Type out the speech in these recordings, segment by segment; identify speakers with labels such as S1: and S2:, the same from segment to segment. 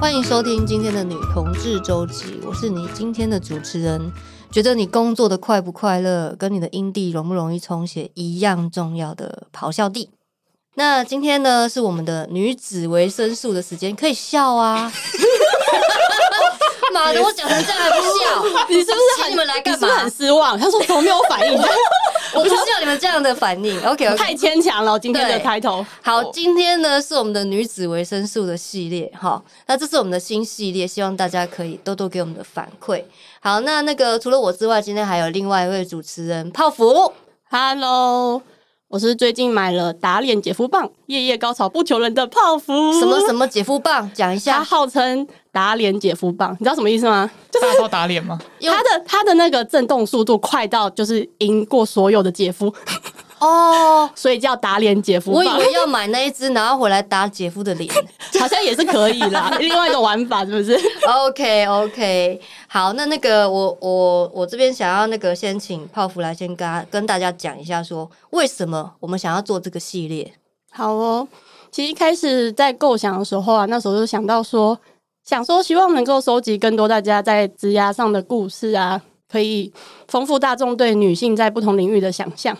S1: 欢迎收听今天的女同志周记，我是你今天的主持人。觉得你工作的快不快乐，跟你的阴蒂容不容易充血一样重要的咆哮帝。那今天呢，是我们的女子维生素的时间，可以笑啊！妈的，我讲成这样还不笑，
S2: 你是不是很
S1: 请你们来干
S2: 你是不是
S1: 嘛
S2: 很？失望？他说怎么没有反应？
S1: 我不是要你们这样的反应。OK，, o
S2: 太牵强了，今天的
S1: 对
S2: 开头。
S1: 好，
S2: 我
S1: 今天呢是我们的女子维生素的系列哈，那这是我们的新系列，希望大家可以多多给我们的反馈。好，那那个除了我之外，今天还有另外一位主持人泡芙，
S2: ，Hello，我是最近买了打脸姐夫棒，夜夜高潮不求人的泡芙。
S1: 什么啊什么姐夫棒，讲一
S2: 他
S1: 下，
S2: 号称打脸姐夫棒，你知道什么意思吗？
S3: 大到打脸吗？
S1: 用
S2: 他的他的那个震动速度快到就是赢过所有的姐夫，
S1: 哦，
S2: 所以叫打脸姐夫
S1: 我以
S2: 棒，
S1: 为要买那一只，然后回来打姐夫的脸。
S2: 好像也是可以 啦。另外一个玩法是不是？
S1: OK OK，好，那那个我我我这边想要那个先请泡芙来先跟他跟大家讲一下说为什么我们想要做这个系列。
S2: 好哦，其实一开始在构想的时候啊，那时候就想到说，想说希望能够收集更多大家在职涯上的故事啊，可以丰富大众对女性在不同领域的想象，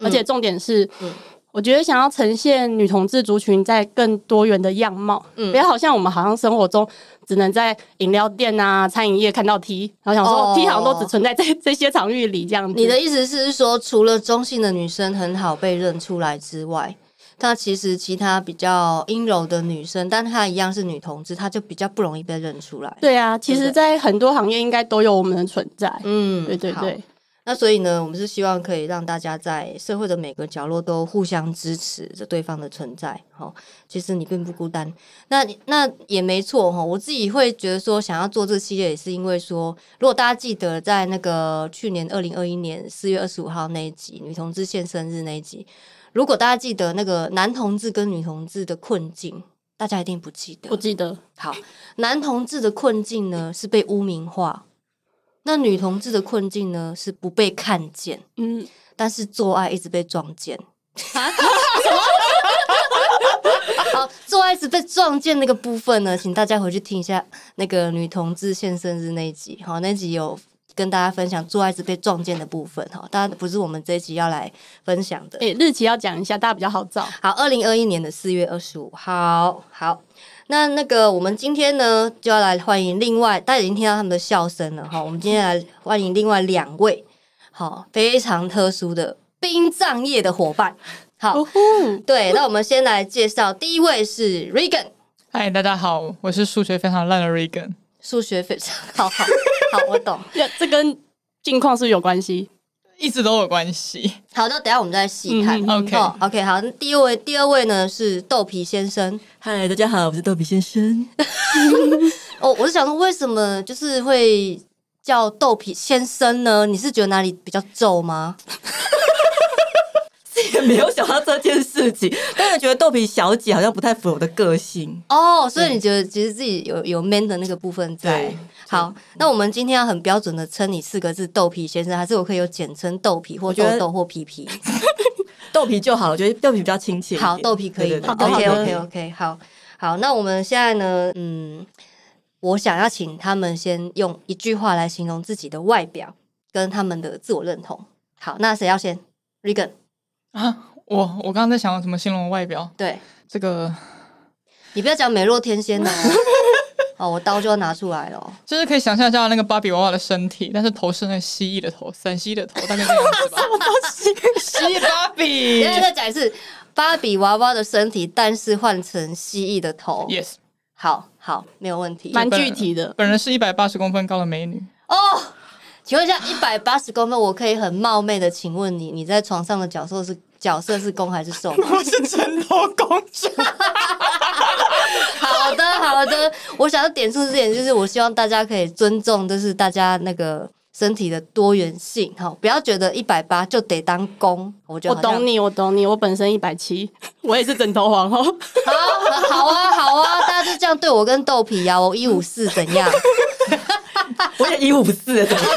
S1: 嗯
S2: 而且重点是，
S1: 嗯
S2: 我觉得想要呈现女同志族群在更多元的样貌，
S1: 嗯
S2: 不要好像我们好像生活中只能在饮料店啊、餐饮业看到 T，然后想
S1: 哦
S2: 说 T 好像都只存在在这些场域里这样子。
S1: 你的意思是说，除了中性的女生很好被认出来之外，她其实其他比较阴柔的女生，但她一样是女同志，她就比较不容易被认出来。
S2: 对啊，其
S1: 对
S2: 实，
S1: 不对
S2: 在很多行业应该都有我们的存在。
S1: 嗯
S2: 对对
S1: 好
S2: 对。
S1: 那所以呢，我们是希望可以让大家在社会的每个角落都互相支持着对方的存在。好、其实你并不孤单。那你那也没错哈、我自己会觉得说，想要做这个系列，也是因为说，如果大家记得在那个去年二零二一年四月二十五号那一集女同志现生日那一集，如果大家记得那个男同志跟女同志的困境，大家一定不记得
S2: 不。记得，
S1: 好，男同志的困境呢是被污名化，那女同志的困境呢是不被看见，
S2: 嗯，
S1: 但是做爱一直被撞见。 好，做爱一直被撞见那个部分呢，请大家回去听一下那个女同志现生日那一集。好，那集有跟大家分享做爱一直被撞见的部分。哈，当然不是我们这一集要来分享的。
S2: 诶、日期要讲一下，大家比较好找。
S1: 好，二零二一年的四月二十五号，好，那那个我们今天呢就要来欢迎另外，大家已经听到他们的笑声 了哈，我们今天来欢迎另外两位，好，非常特殊的殡葬业的伙伴，好
S2: 哦，呼，
S1: 对，那我们先来介绍，第一位是 Regan，
S3: 嗨，大家好，我是数学非常烂的 Regan。
S1: 数学非 常好好好，我懂，
S2: 这这跟近况是不是有关系。
S3: 一直都有关系。
S1: 好，那等一下我们再细看、
S2: 嗯
S3: 哼 OK
S1: 哦 OK，好，那第二位第二位呢是豆皮先生，
S4: 嗨，大家好，我是豆比先生。
S1: 哦，我是想说，为什么就是会叫豆皮先生呢？你是觉得哪里比较皱吗？
S4: 也没有想到这件事情，但是觉得豆皮小姐好像不太符合我的个性。
S1: 哦，所以你觉得其实自己有有 man 的那个部分在
S4: 对。
S1: 好，那我们今天要很标准的称你四个字“豆皮先生”，还是我可以有简称“豆皮”或“
S4: 觉
S1: 豆
S4: 得
S1: 豆”或“皮皮
S4: 豆皮就好，我觉得豆皮比较亲切”？一点。
S1: 好，豆皮可以
S4: 对对
S1: 吗
S4: 对
S2: 好的
S1: ？OK
S2: 好的
S1: OK OK，好好。那我们现在呢，嗯，我想要请他们先用一句话来形容自己的外表跟他们的自我认同。好，那谁要先？Regan，
S3: 啊，我我刚刚在想怎么形容我外表，
S1: 对。
S3: 这个
S1: 你不要讲美若天仙 哦，哦，我刀就要拿出来了哦。
S3: 就是可以想象一下那个芭比娃娃的身体，但是头是那蜥蜴的头，陕西的头，大概这个样子吧。 什么东西？蜥蜴芭
S2: 嗯
S3: 比
S1: 现在再讲一次，芭比娃娃的身体，但是换成蜥蜴的头。
S3: ？Yes，
S1: 好好，没有问题。
S2: 蛮
S3: 本
S2: 具体的
S3: 本人是一百八十公分高的美女，
S1: 哦，请问一下，一百八十公分，我可以很冒昧的请问你，你在床上的角色是角色是攻还是 受吗？
S3: 我是枕头公主。
S1: 好的，好的。我想要点出这点，就是我希望大家可以尊重，就是大家那个身体的多元性，好，不要觉得一百八就得当攻。我觉
S2: 我
S1: 得好像
S2: 懂你，我懂你。我本身一百 七，我也是枕头哦皇后。
S1: 好，好啊，好啊，大家就这样对我跟豆皮呀、我一五四怎 样？
S4: 我也一五四，怎么样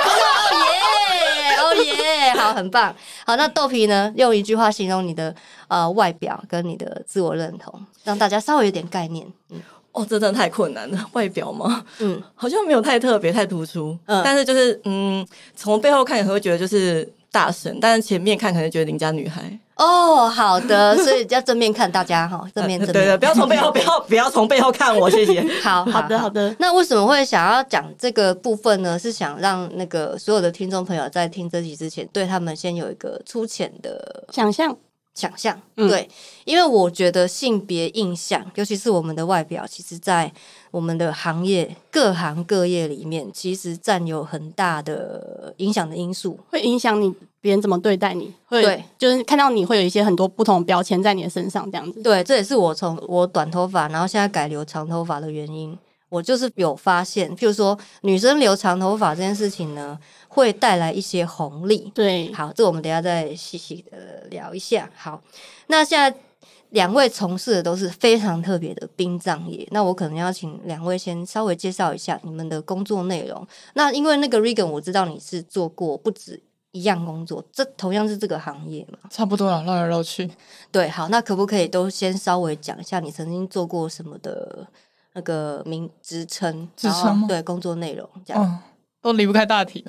S1: 哦耶，哦耶，好，很棒。好，那豆皮呢？用一句话形容你的呃外表跟你的自我认同，让大家稍微有点概念。嗯，
S4: 哦，这真的太困难了。 外表吗？
S1: 嗯，
S4: 好像没有太特别、太突出，
S1: 嗯
S4: 但是就是嗯，从背后看可能会觉得就是大神，但是前面看可能觉得邻家女孩。
S1: 哦，好的，所以要正面看大家哈，正面
S4: 呃
S1: 正
S4: 对对，
S1: 面
S4: 不。要从背后，不要不要从背后看我，谢谢。
S1: 好
S2: 好的好。的，
S1: 那为什么会想要讲这个部分呢？是想让那个所有的听众朋友在听这集之前，对他们先有一个粗浅的
S2: 想象
S1: 想象。
S2: 嗯
S1: 对，因为我觉得性别印象，尤其是我们的外表，其实在我们的行业各行各业里面，其实占有很大的影响的因素。
S2: 会影响你别人怎么对待你，会
S1: 对
S2: 就是看到你会有一些很多不同的标签在你的身上这样子。
S1: 对，这也是我从我短头发，然后现在改留长头发的原因。我就是有发现，譬如说女生留长头发这件事情呢，会带来一些红利。
S2: 对，
S1: 好，这我们等一下再细细的聊一下。好，那现在两位从事的都是非常特别的殡葬业，那我可能要请两位先稍微介绍一下你们的工作内容。那因为那个 Regan，我知道你是做过不止一样工作，这同样是这个行业嘛？
S3: 差不多了，绕来绕去。
S1: 对，好，那可不可以都先稍微讲一下你曾经做过什么的那个名职称？
S3: 职
S1: 然后
S3: 称吗
S1: 对，工作内容这样、
S3: 嗯，都离不开大体，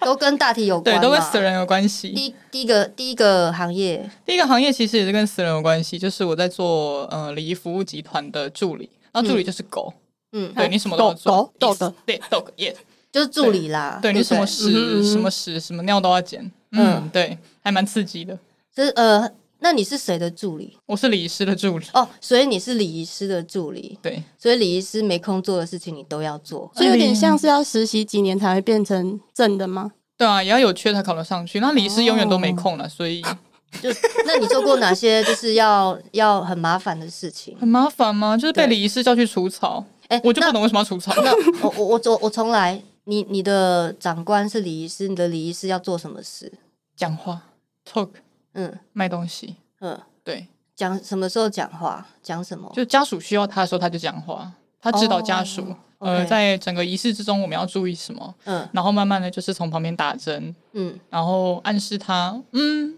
S1: 都跟大体有关
S3: 对，
S1: 嘛，
S3: 都跟死人有关系。
S1: 第一第一个第一个行业，
S3: 第一个行业其实也是跟死人有关系，就是我在做呃礼仪服务集团的助理，然后助理就是狗，
S1: 嗯，
S3: 对你什么都要做
S2: 狗狗
S3: Yes，
S2: dog
S3: 对 dog yes，
S1: 就是助理啦，
S3: 对你
S1: 不
S3: 什
S2: 嗯
S3: 么
S2: 哼嗯
S3: 屎
S2: 哼
S3: 什么屎什么尿都要捡，
S1: 嗯
S3: 嗯，对，还蛮刺激的。
S1: 就是呃，那你是谁的助理？
S3: 我是礼仪师的助理，
S1: 哦，所以你是礼仪师的助理，
S3: 对，
S1: 所以礼仪师没空做的事情你都要 做。
S2: 所以有点像是要实习几年才会变成正的吗？
S3: 对啊，也要有缺才考得上去。那礼仪师永远都
S2: 哦
S3: 没空了，所以
S1: 就那你做过哪些就是要要很麻烦的事情？
S3: 很麻烦吗？就是被
S1: 对
S3: 礼仪师叫去除草，
S1: 哎、
S3: 我就不
S1: 那
S3: 懂为什么要 除草。
S1: 我我我我我重来。你你的长官是礼仪师，你的礼仪师要做什么事？
S3: 讲话，talk，
S1: 嗯
S3: 卖东西，
S1: 嗯，
S3: 对，
S1: 讲什么时候讲话，讲什么？
S3: 就家属需要他的时候，他就讲话，他指导家属。
S1: 哦哦
S3: 呃，
S1: OK
S3: 在整个仪式之中，我们要注意什么？
S1: 嗯
S3: 然后慢慢的就是从旁边打针，
S1: 嗯
S3: 然后暗示他，嗯，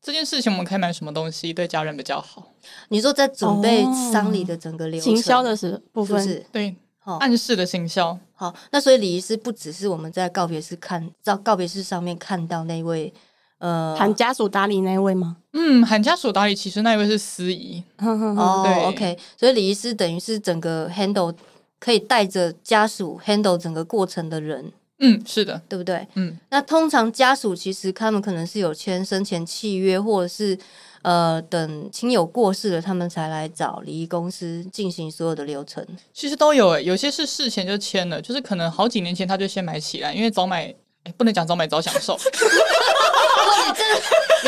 S3: 这件事情我们可以买什么东西对家人比较好。
S1: 你说在准备
S2: 哦
S1: 丧礼的整个流程，
S2: 行销的时部
S1: 是不
S2: 分
S1: 是？
S3: 对，
S1: 哦
S3: 暗示的行销，
S1: 好，那所以礼仪师不只是我们在告别式看到告别式上面看到那位呃
S2: 谈家属打理那一位吗？
S3: 嗯，喊家属打理，其实那一位是司仪，
S2: 哼哼哼
S1: 哦
S3: 对
S1: ，OK，所以礼仪师等于是整个 handle 可以带着家属 handle 整个过程的人，
S3: 嗯，是的，
S1: 对不对？
S3: 嗯，
S1: 那通常家属其实他们可能是有签生前契约，或者是呃等亲友过世了，他们才来找礼仪公司进行所有的流程。
S3: 其实都有诶、有些是事前就签了，就是可能好几年前他就先买起来，因为早买。哎，不能讲早买早享受，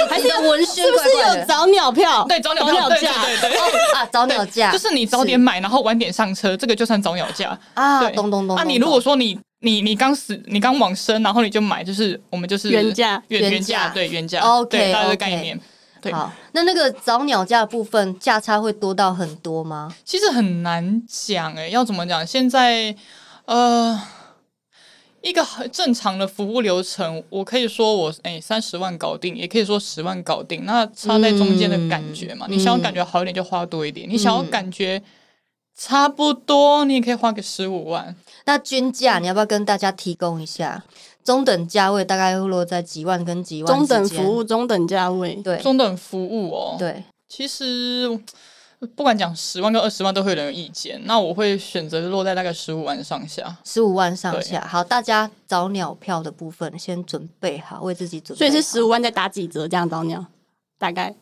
S1: 还是文宣
S2: 是不
S1: 怪怪
S2: 是有
S1: 的
S2: 早鸟票？
S3: 对，早鸟
S2: 早
S3: 票，对
S2: 价。
S3: 对对对，
S1: 啊？早鸟价
S3: 就是你早点买，然后晚点上车，这个就算早鸟价。
S1: 啊，
S3: 对，
S1: 咚咚咚。
S3: 啊，
S1: 咚
S3: 你如果
S1: 咚
S3: 说你你你刚死，你刚往生，然后你就买，就是我们就是
S2: 原价
S1: 原
S3: 原原
S1: 价
S3: 价，对原价
S1: OK，
S3: 对，大概这
S1: OK
S3: 个概念。对，
S1: 好，那那个早鸟价的部分价差会多到很多吗？
S3: 其实很难讲诶、要怎么讲？现在呃，一个很正常的服务流程，我可以说我哎三十万搞定，也可以说十万搞定，那差在中间的感觉嘛。
S1: 嗯
S3: 你想要感觉好一点就花多一点，你想要感觉差不多，你也可以花个十五万。
S1: 那均价
S2: 嗯
S1: 你要不要跟大家提供一下？中等价位大概会落在几万跟几万
S2: 中等
S1: 之间
S2: 服务，中等价位，
S1: 对
S3: 中等服务哦，
S1: 对，
S3: 其实嗯不管讲十万跟二十万都会有人有意见，那我会选择落在大概十五万上下。
S1: 十五万上下。好，大家早鸟票的部分先准备好，为自己准备。
S2: 所以是十五，万再打几折这样早鸟，大概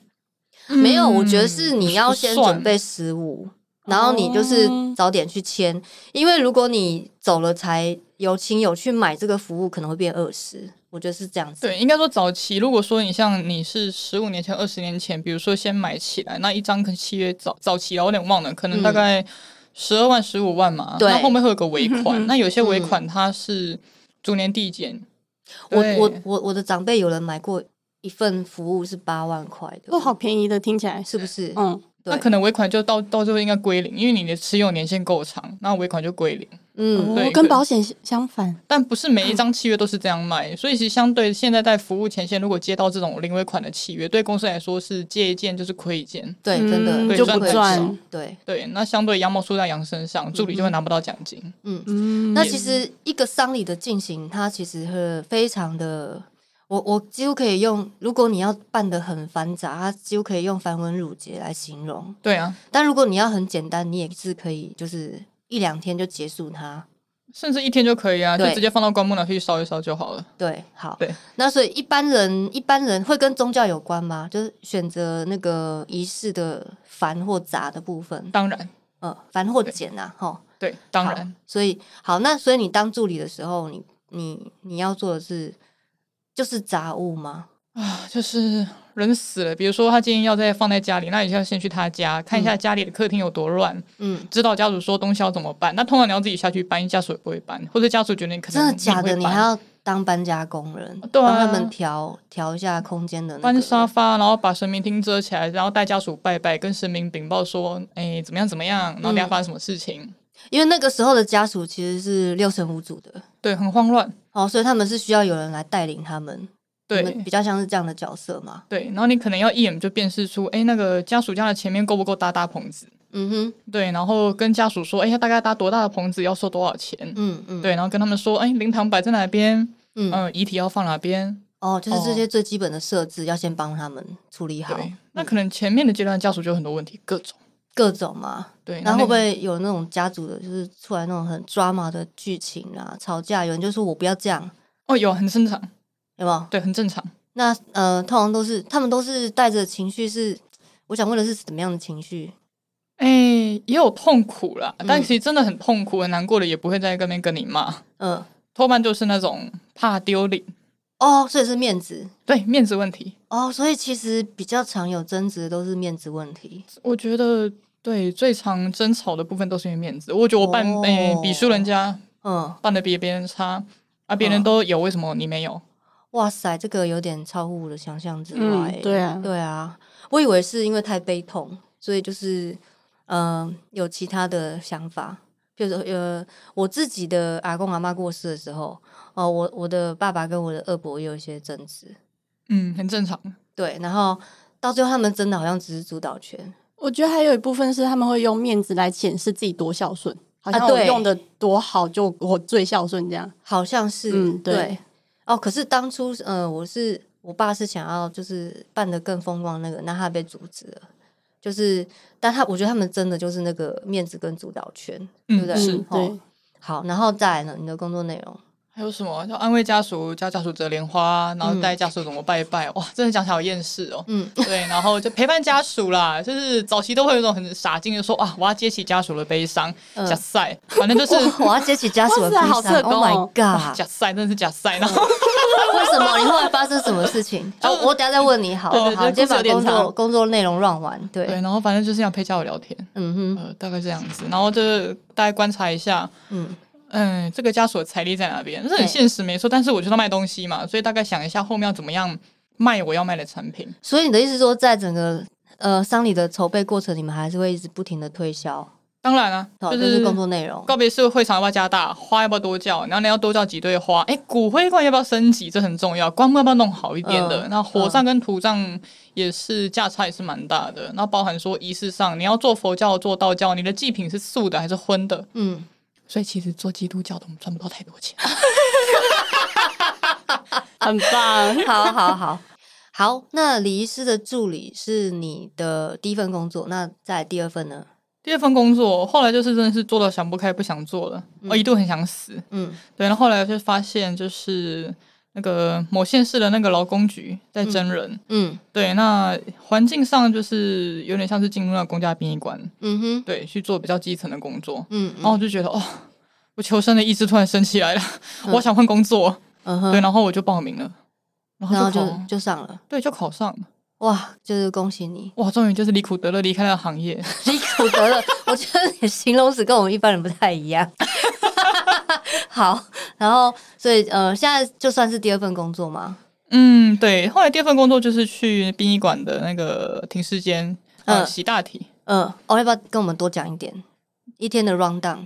S1: 没有，
S3: 嗯
S1: 我觉得是你要先准
S2: 嗯
S1: 备十五。然后你就是
S2: 哦
S1: 早点去签，因为如果你走了才有亲友去买这个服务，可能会变二十，我觉得是这样子。
S3: 对，应该说早期，如果说你像你是十五年前、二十年前，比如说先买起来那一张跟契约早早期啊，我有点忘了，可能大概十二万、十五万嘛，
S1: 嗯对嗯
S3: 那后面会有个尾款，那有些尾款它是逐年递减。
S1: 我
S3: 对
S1: 我我我的长辈有人买过一份服务是八万块的，
S2: 哦，好便宜的，听起来是，
S1: 是不是？
S2: 嗯，
S1: 对
S3: 那可能尾款就到到最后应该归零，因为你的持有年限够长，那尾款就归零。
S1: 嗯，
S3: 对
S2: 哦，跟保险相反，
S3: 但不是每一张契约都是这样卖，所以其实相对现在在服务前线，如果接到这种零尾款的契约，对公司来说是借一件就是亏一件。
S1: 对，真的
S2: 嗯
S3: 就不
S1: 会很
S2: 赚
S1: 少，对，
S3: 对，那相对羊毛出在羊身上，助理就会拿不到奖金。
S1: 嗯，
S2: 嗯，
S1: 那其实一个丧礼的进行，它其实是非常的，我我几乎可以用，如果你要办的很繁杂，它几乎可以用繁文缛节来形容；
S3: 对啊，
S1: 但如果你要很简单，你也是可以，就是一两天就结束它。
S3: 甚至一天就可以啊，就
S1: 对
S3: 直接放到棺木拿去烧一烧就好了。
S1: 对，好，
S3: 对
S1: 那所以一般人一般人会跟宗教有关吗？就是选择那个仪式的繁或杂的部分，
S3: 当然，
S1: 呃，繁或
S3: 对
S1: 简啊，哈。
S3: 对，当
S1: 好
S3: 然，。
S1: 所以好，那所以你当助理的时候，你你你要做的是就是杂物吗？
S3: 啊，就是人死了，比如说他今天要再放在家里，那你就要先去他家看一下家里的客厅有多乱，
S1: 嗯，
S3: 知道家属说东西要怎么办。那通常你要自己下去搬，家属也不会搬，或者家属觉得你可能
S1: 真的假的？
S3: 会
S1: 你
S3: 搬
S1: 还要当搬家工人，
S3: 对啊
S1: 帮他们调调一下空间的那
S3: 搬
S1: 个
S3: 沙发，然后把神明厅遮起来，然后带家属拜拜，跟神明禀报说，哎，怎么样怎么样，然后等
S1: 嗯
S3: 下发生什么事情，
S1: 因为那个时候的家属其实是六神无主的，
S3: 对，很慌乱，
S1: 哦，所以他们是需要有人来带领他们，
S3: 对
S1: 你们比较像是这样的角色嘛。
S3: 对，然后你可能要一眼就辨识出，哎，那个家属家的前面够不够搭搭棚子，
S1: 嗯哼，
S3: 对，然后跟家属说，哎，大概搭多大的棚子，要收多少钱，
S1: 嗯嗯，
S3: 对，，然后跟他们说，哎，灵堂摆在哪边，
S1: 嗯、
S3: 嗯，遗体要放哪边，
S1: 哦，就是这
S3: 哦
S1: 些最基本的设置要先帮他们处理好，嗯
S3: 对，那可能前面的阶段家属就有很多问题，各种，
S1: 各种嘛。
S3: 对，
S1: 然后会
S3: 那那
S1: 不会有那种家族的，就是出来那种很 drama 的剧情啊，吵架，有人就说我不要这样，
S3: 哦，有很正常，
S1: 有没有？
S3: 对，很正常。
S1: 那呃，通常都是他们都是带着情绪是，我想问的是怎么样的情绪？
S3: 哎、也有痛苦啦，但
S1: 嗯
S3: 其实真的很痛苦、很难过的，也不会在那边跟你骂，
S1: 嗯，
S3: 多半就是那种怕丢脸，
S1: 哦，所以是面子
S3: 对面子问题。
S1: 哦，所以其实比较常有争执的都是面子问题。
S3: 我觉得对最常争吵的部分都是因为面子。我觉得我办
S1: 哦
S3: 哎、比输人家
S1: 嗯，
S3: 办的比别人差啊，别人
S1: 嗯
S3: 都有，为什么你没有？
S1: 哇塞，这个有点超乎我的想象之外
S2: 嗯
S1: 欸、，
S2: 对啊，
S1: 对啊，我以为是因为太悲痛，所以就是嗯、呃有其他的想法。就是呃，我自己的阿公阿妈过世的时候，哦、我我的爸爸跟我的二伯也有一些争执，
S3: 嗯，很正常。
S1: 对，然后到最后他们真的好像只是主导权，
S2: 我觉得还有一部分是他们会用面子来显示自己多孝顺，好像
S1: 啊
S2: 我
S1: 对
S2: 用的多好，就我最孝顺这样。
S1: 好像是、
S2: 嗯对
S1: 哦，可是当初呃，我是我爸是想要就是办的更风光那个，那他被阻止了。就是，但他我觉得他们真的就是那个面子跟主导权，
S3: 嗯
S1: 对不对？
S3: 是
S2: 嗯，
S1: 哦
S2: 对，
S1: 好，然后再来呢，你的工作内容，
S3: 还有什么？就安慰家属，教家属折莲花，然后带家属怎么拜拜。哇，真的讲起来好厌世哦。
S1: 嗯，
S3: 对，然后就陪伴家属啦，就是早期都会有一种很傻劲，就说啊，我要接起家属的悲伤，
S1: 嗯
S3: 假赛、反正就是
S1: 我要接起家属的
S2: 哇塞
S1: 悲
S2: 好
S1: 伤
S2: 社
S1: ，Oh
S2: 工
S1: my
S2: 哦
S1: god！
S3: 假赛，真的是假赛。
S1: 嗯
S3: 然后
S1: 为什么？你后来发生什么事情？哦，我等一下再问你好
S3: 对对对
S1: 好，今天
S3: 故
S1: 把
S3: 事有点
S1: 工作
S3: 长
S1: 工作内容乱完，对，
S3: 对，然后反正就是想陪家属聊天，
S1: 嗯哼，
S3: 呃，大概这样子。然后就是大概观察一下，
S1: 嗯，
S3: 嗯，这个家属的财力在哪边，这
S1: 对
S3: 很现实没错。但是我就要卖东西嘛，所以大概想一下后面要怎么样卖我要卖的产品。
S1: 所以你的意思说，在整个呃丧礼的筹备过程，你们还是会一直不停的推销，
S3: 当然啊，
S1: 哦，
S3: 就
S1: 这是
S3: 是
S1: 工作内容。
S3: 告别式会场要不要加大，花要不要多叫，然后你要多叫几对花，哎，骨灰罐要不要升级，这很重要，棺木要不要弄好一点的，
S1: 嗯
S3: 那火葬跟土葬也是价差也是蛮大的，然后包含说仪式上你要做佛教做道教，你的祭品是素的还是荤的，
S1: 嗯，
S3: 所以其实做基督教的我们赚不到太多钱，
S2: 很棒。
S1: 好好好好。那礼仪师的助理是你的第一份工作，那在第二份呢？
S3: 第二份工作后来就是真的是做到想不开，不想做了，我、一度很想死。
S1: 嗯
S3: 对，然后后来就发现就是那个某县市的那个劳工局在征人，
S1: 嗯
S3: 对，那环境上就是有点像是进入了公家殡仪馆，
S1: 嗯哼
S3: 对，去做比较基层的工作。
S1: 嗯
S3: 然后我就觉得哦，我求生的意志突然升起来了，我想换工作，
S1: 嗯
S3: 对，
S1: 哼，
S3: 然后我就报名了，然
S1: 然后
S3: 后就考，
S1: 就就上了，
S3: 对，就考上了，
S1: 哇，就是恭喜你。
S3: 哇，终于就是离苦得乐，离开了行业。
S1: 离苦得乐，我觉得你的形容词跟我们一般人不太一样。 好，然后所以呃，现在就算是第二份工作嘛，
S3: 嗯，对。后来第二份工作就是去殡仪馆的那个停尸间，呃，
S1: 嗯
S3: 洗大体。
S1: 嗯、呃，哦，要不要跟我们多讲一点一天的 round down？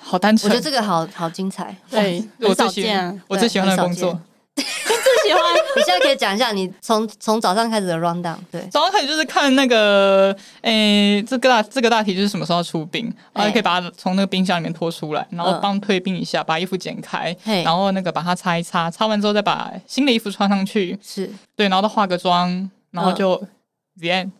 S3: 好单
S1: 我
S3: 纯
S1: 觉得。这个好好精彩。
S2: 对，
S3: 我
S2: 很
S3: 最
S2: 少
S3: 喜
S2: 见
S3: 欢
S2: 啊。
S3: 我最喜欢的
S1: 很少
S3: 工作
S1: 见，最喜欢，你现在可以讲一下你从从早上开始的 round down。对，
S3: 早上开始就是看那个，诶、这个大这个大题就是什么时候要出冰，然
S1: 哎
S3: 后可以把它从那个冰箱里面拖出来，然后
S1: 嗯
S3: 帮退冰一下，把衣服剪开，
S1: 嘿
S3: 然后那个把它擦一擦，擦完之后再把新的衣服穿上去，
S1: 是
S3: 对，然后再化个妆，
S1: 嗯
S3: 然后就 the end。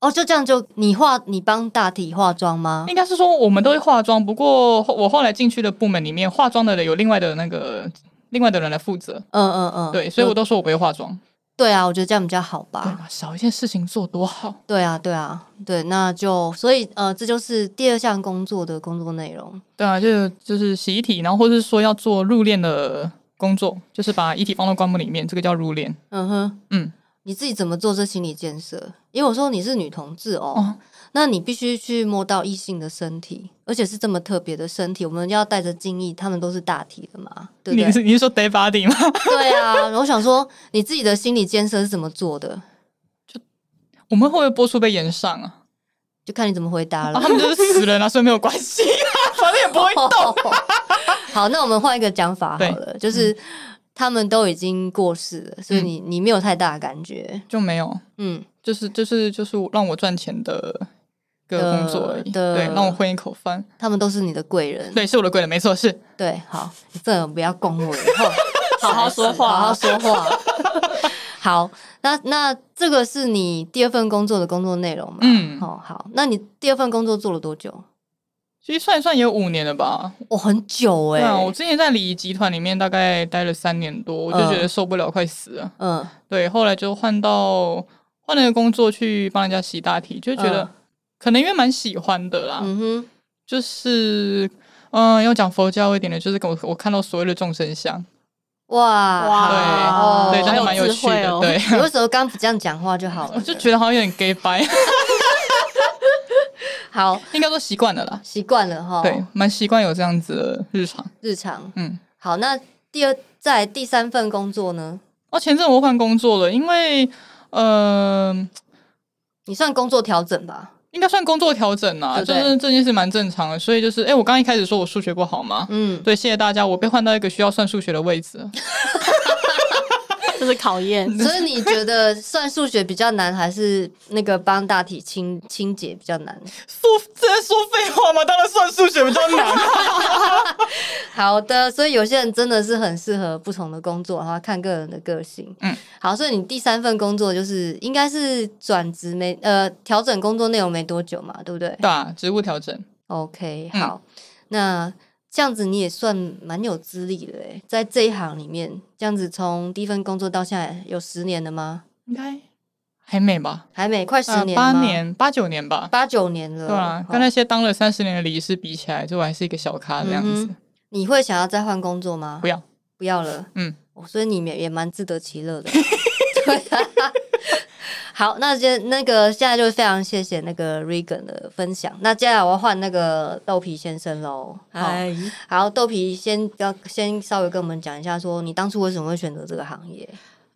S1: 哦，就这样就你化，你帮大体化妆吗？
S3: 应该是说我们都会化妆，不过我后来进去的部门里面，化妆的人有另外的那个另外的人来负责。
S1: 嗯嗯嗯，
S3: 对，所以我
S1: 都
S3: 都说我不会化妆，
S1: 对啊，我觉得这样比较好
S3: 对
S1: 吧。
S3: 吧？少一件事情做多好。
S1: 对啊，对啊，对，那就所以呃，这就是第二项工作的工作内容。
S3: 对啊，就就是洗衣体，然后或是说要做入殓的工作，就是把遗体放到棺木里面，这个叫入殓。
S1: 嗯哼，
S3: 嗯，
S1: 你自己怎么做这心理建设？因为我说你是女同志哦，
S3: 哦
S1: 那你必须去摸到异性的身体，而且是这么特别的身体，我们要带着敬意，他们都是大体的嘛，对不
S3: 你
S1: 对？
S3: 是你是 说 dead body 吗？
S1: 对啊，我想说你自己的心理建设是怎么做的，
S3: 我们会不会播出被延上啊？
S1: 就看你怎么回答了。
S3: 啊他们就是死人啊，所以没有关系、 啊，反正也不会动。
S1: 好，那我们换一个讲法好了，
S3: 嗯
S1: 就是他们都已经过世了，所以你你没有太大的感觉，
S3: 就没有，
S1: 嗯，
S3: 就是就是就是让我赚钱的。个工作而已，
S1: 的
S3: 对，让我混一口饭，
S1: 他们都是你的贵人，
S3: 对，是我的贵人，没错，是
S1: 对，好，你这人不要恭维， 以后
S2: 好好说话
S1: 好好说话。 好，那那这个是你第二份工作的工作内容嘛？
S3: 嗯
S1: 哦，好，那你第二份工作做了多久？
S3: 其实算一算也有五年了吧。
S1: 哦，很久哎、
S3: 对啊，我之前在礼仪集团里面大概待了三年多，我就觉得受不了，快死了。
S1: 嗯，
S3: 对，后来就换到换了个工作去帮人家洗大体，就觉得、
S1: 嗯
S3: 可能因为蛮喜欢的啦，
S1: 嗯哼，
S3: 就是。嗯，要讲佛教一点的，就是我我看到所谓的众生相，
S1: 哇，
S3: 对
S1: 好
S2: 哦
S3: 对，真
S2: 好
S3: 的
S2: 有
S3: 蛮有
S2: 智
S3: 趣
S2: 慧
S3: 的，
S2: 哦
S3: 对，
S1: 你为什么刚不这样讲话就好了
S3: 我
S1: 呢？
S3: 就觉得好像有点 gay 白，
S1: 好
S3: 应该说习惯了啦，
S1: 习惯了哈，
S3: 对，，蛮习惯有这样子的日常，
S1: 日常
S3: 嗯。
S1: 好。那第二，在第三份工作呢？
S3: 哦，前阵我换工作了，因为呃，
S1: 你算工作调整吧？
S3: 应该算工作调整啦，
S1: 对不
S3: 就
S1: 对
S3: 是这件事蛮正常的，所以就是，哎、我刚一开始说我数学不好嘛，
S1: 嗯，
S3: 对，谢谢大家，我被换到一个需要算数学的位置，
S2: 就是考 验。
S1: 所以你觉得算数学比较难，还是那个帮大体清清洁比较难？
S3: 数这在说废话吗？当然算数学比较难、
S1: 好的，所以有些人真的是很适合不同的工作，然后看个人的个性。
S3: 嗯，
S1: 好，所以你第三份工作就是应该是转职没呃调整工作内容没多久嘛，对不对
S3: 对啊，职务调整，
S1: ？OK，
S3: 嗯
S1: 好，那这样子你也算蛮有资历的诶，在这一行里面，这样子从第一份工作到现在有十年了吗？
S3: 应该还没吧？
S1: 还没，快十
S3: 呃
S1: 年
S3: 八、
S1: 了吗
S3: 年、八九年吧。
S1: 八九年了，哦
S3: 对啊，
S1: 好
S3: 跟那些当了三十年的礼仪师比起来，就我还是一个小咖这样子。
S1: 嗯你会想要再换工作吗？
S3: 不要，
S1: 不要了。
S3: 嗯
S1: 哦，所以你们也蛮自得其乐的。 对啊。好，那就那个现在就非常谢谢那个 Regan 的分享。那接下来我要换那个豆皮先生喽。 好，
S4: 哎，
S1: 好，豆皮先要先稍微跟我们讲一下，说你当初为什么会选择这个行业？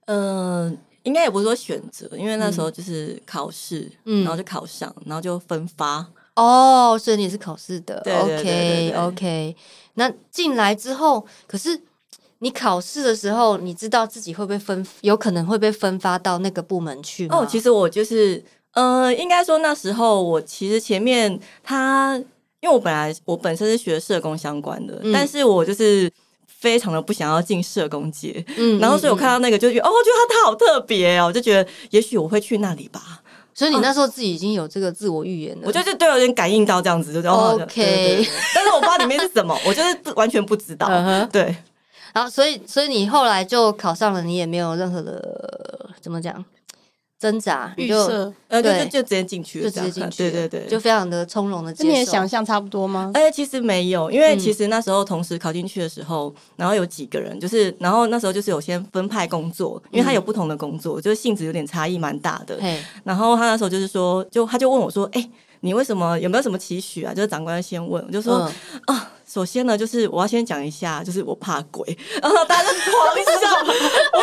S4: 嗯，应该也不是说选择，因为那时候就是考试，
S1: 嗯
S4: 然后就考上，然后就分发。
S1: 哦，所以你是考试的
S4: 对对
S1: o
S4: 对对对
S1: k OK。那进来之后，可是你考试的时候，你知道自己会被分，有可能会被分发到那个部门去吗？
S4: 哦，其实我就是，呃，应该说那时候我其实前面他，因为我本来我本身是学社工相关的，
S1: 嗯
S4: 但是我就是非常的不想要进社工界，
S1: 嗯
S4: 然后所以我看
S1: 到，
S4: 到那个就觉得，哦，我觉得他他好特别哦，我就觉得也许我会去那里吧，
S1: 所以你那时候自己已经有这个自我预言了，
S4: 嗯我就就对我有点感应到这样子，就觉得哦
S1: 嗯 OK
S4: 对对对对但是我不知道里面是什么，我就是不完全不知道，
S1: 嗯哼
S4: 对。
S1: 然后所以所以你后来就考上了，你也没有任何的怎么讲挣扎，你
S2: 预
S1: 就
S2: 设
S4: 呃，就
S1: 对
S4: 就就直接进去
S1: 就
S4: 了
S1: 直
S4: 这样，
S1: 接进去了，
S4: 啊对对对，
S1: 就非常的从容的接
S2: 跟你的
S1: 受。
S2: 想象差不多 吗？
S4: 而且其实没有，因为
S1: 嗯
S4: 其实那时候同时考进去的时候，然后有几个人，就是然后那时候就是有先分派工作，因为他有不同的工作，就是性质有点差异蛮大的。
S1: 嗯嘿，
S4: 然后他那时候就是说，就他就问我说：“哎、你为什么有没有什么期许啊？”就是长官先问，我就说：“
S1: 嗯，
S4: 啊，首先呢，就是我要先讲一下，就是我怕鬼。”然后大家就狂笑， 我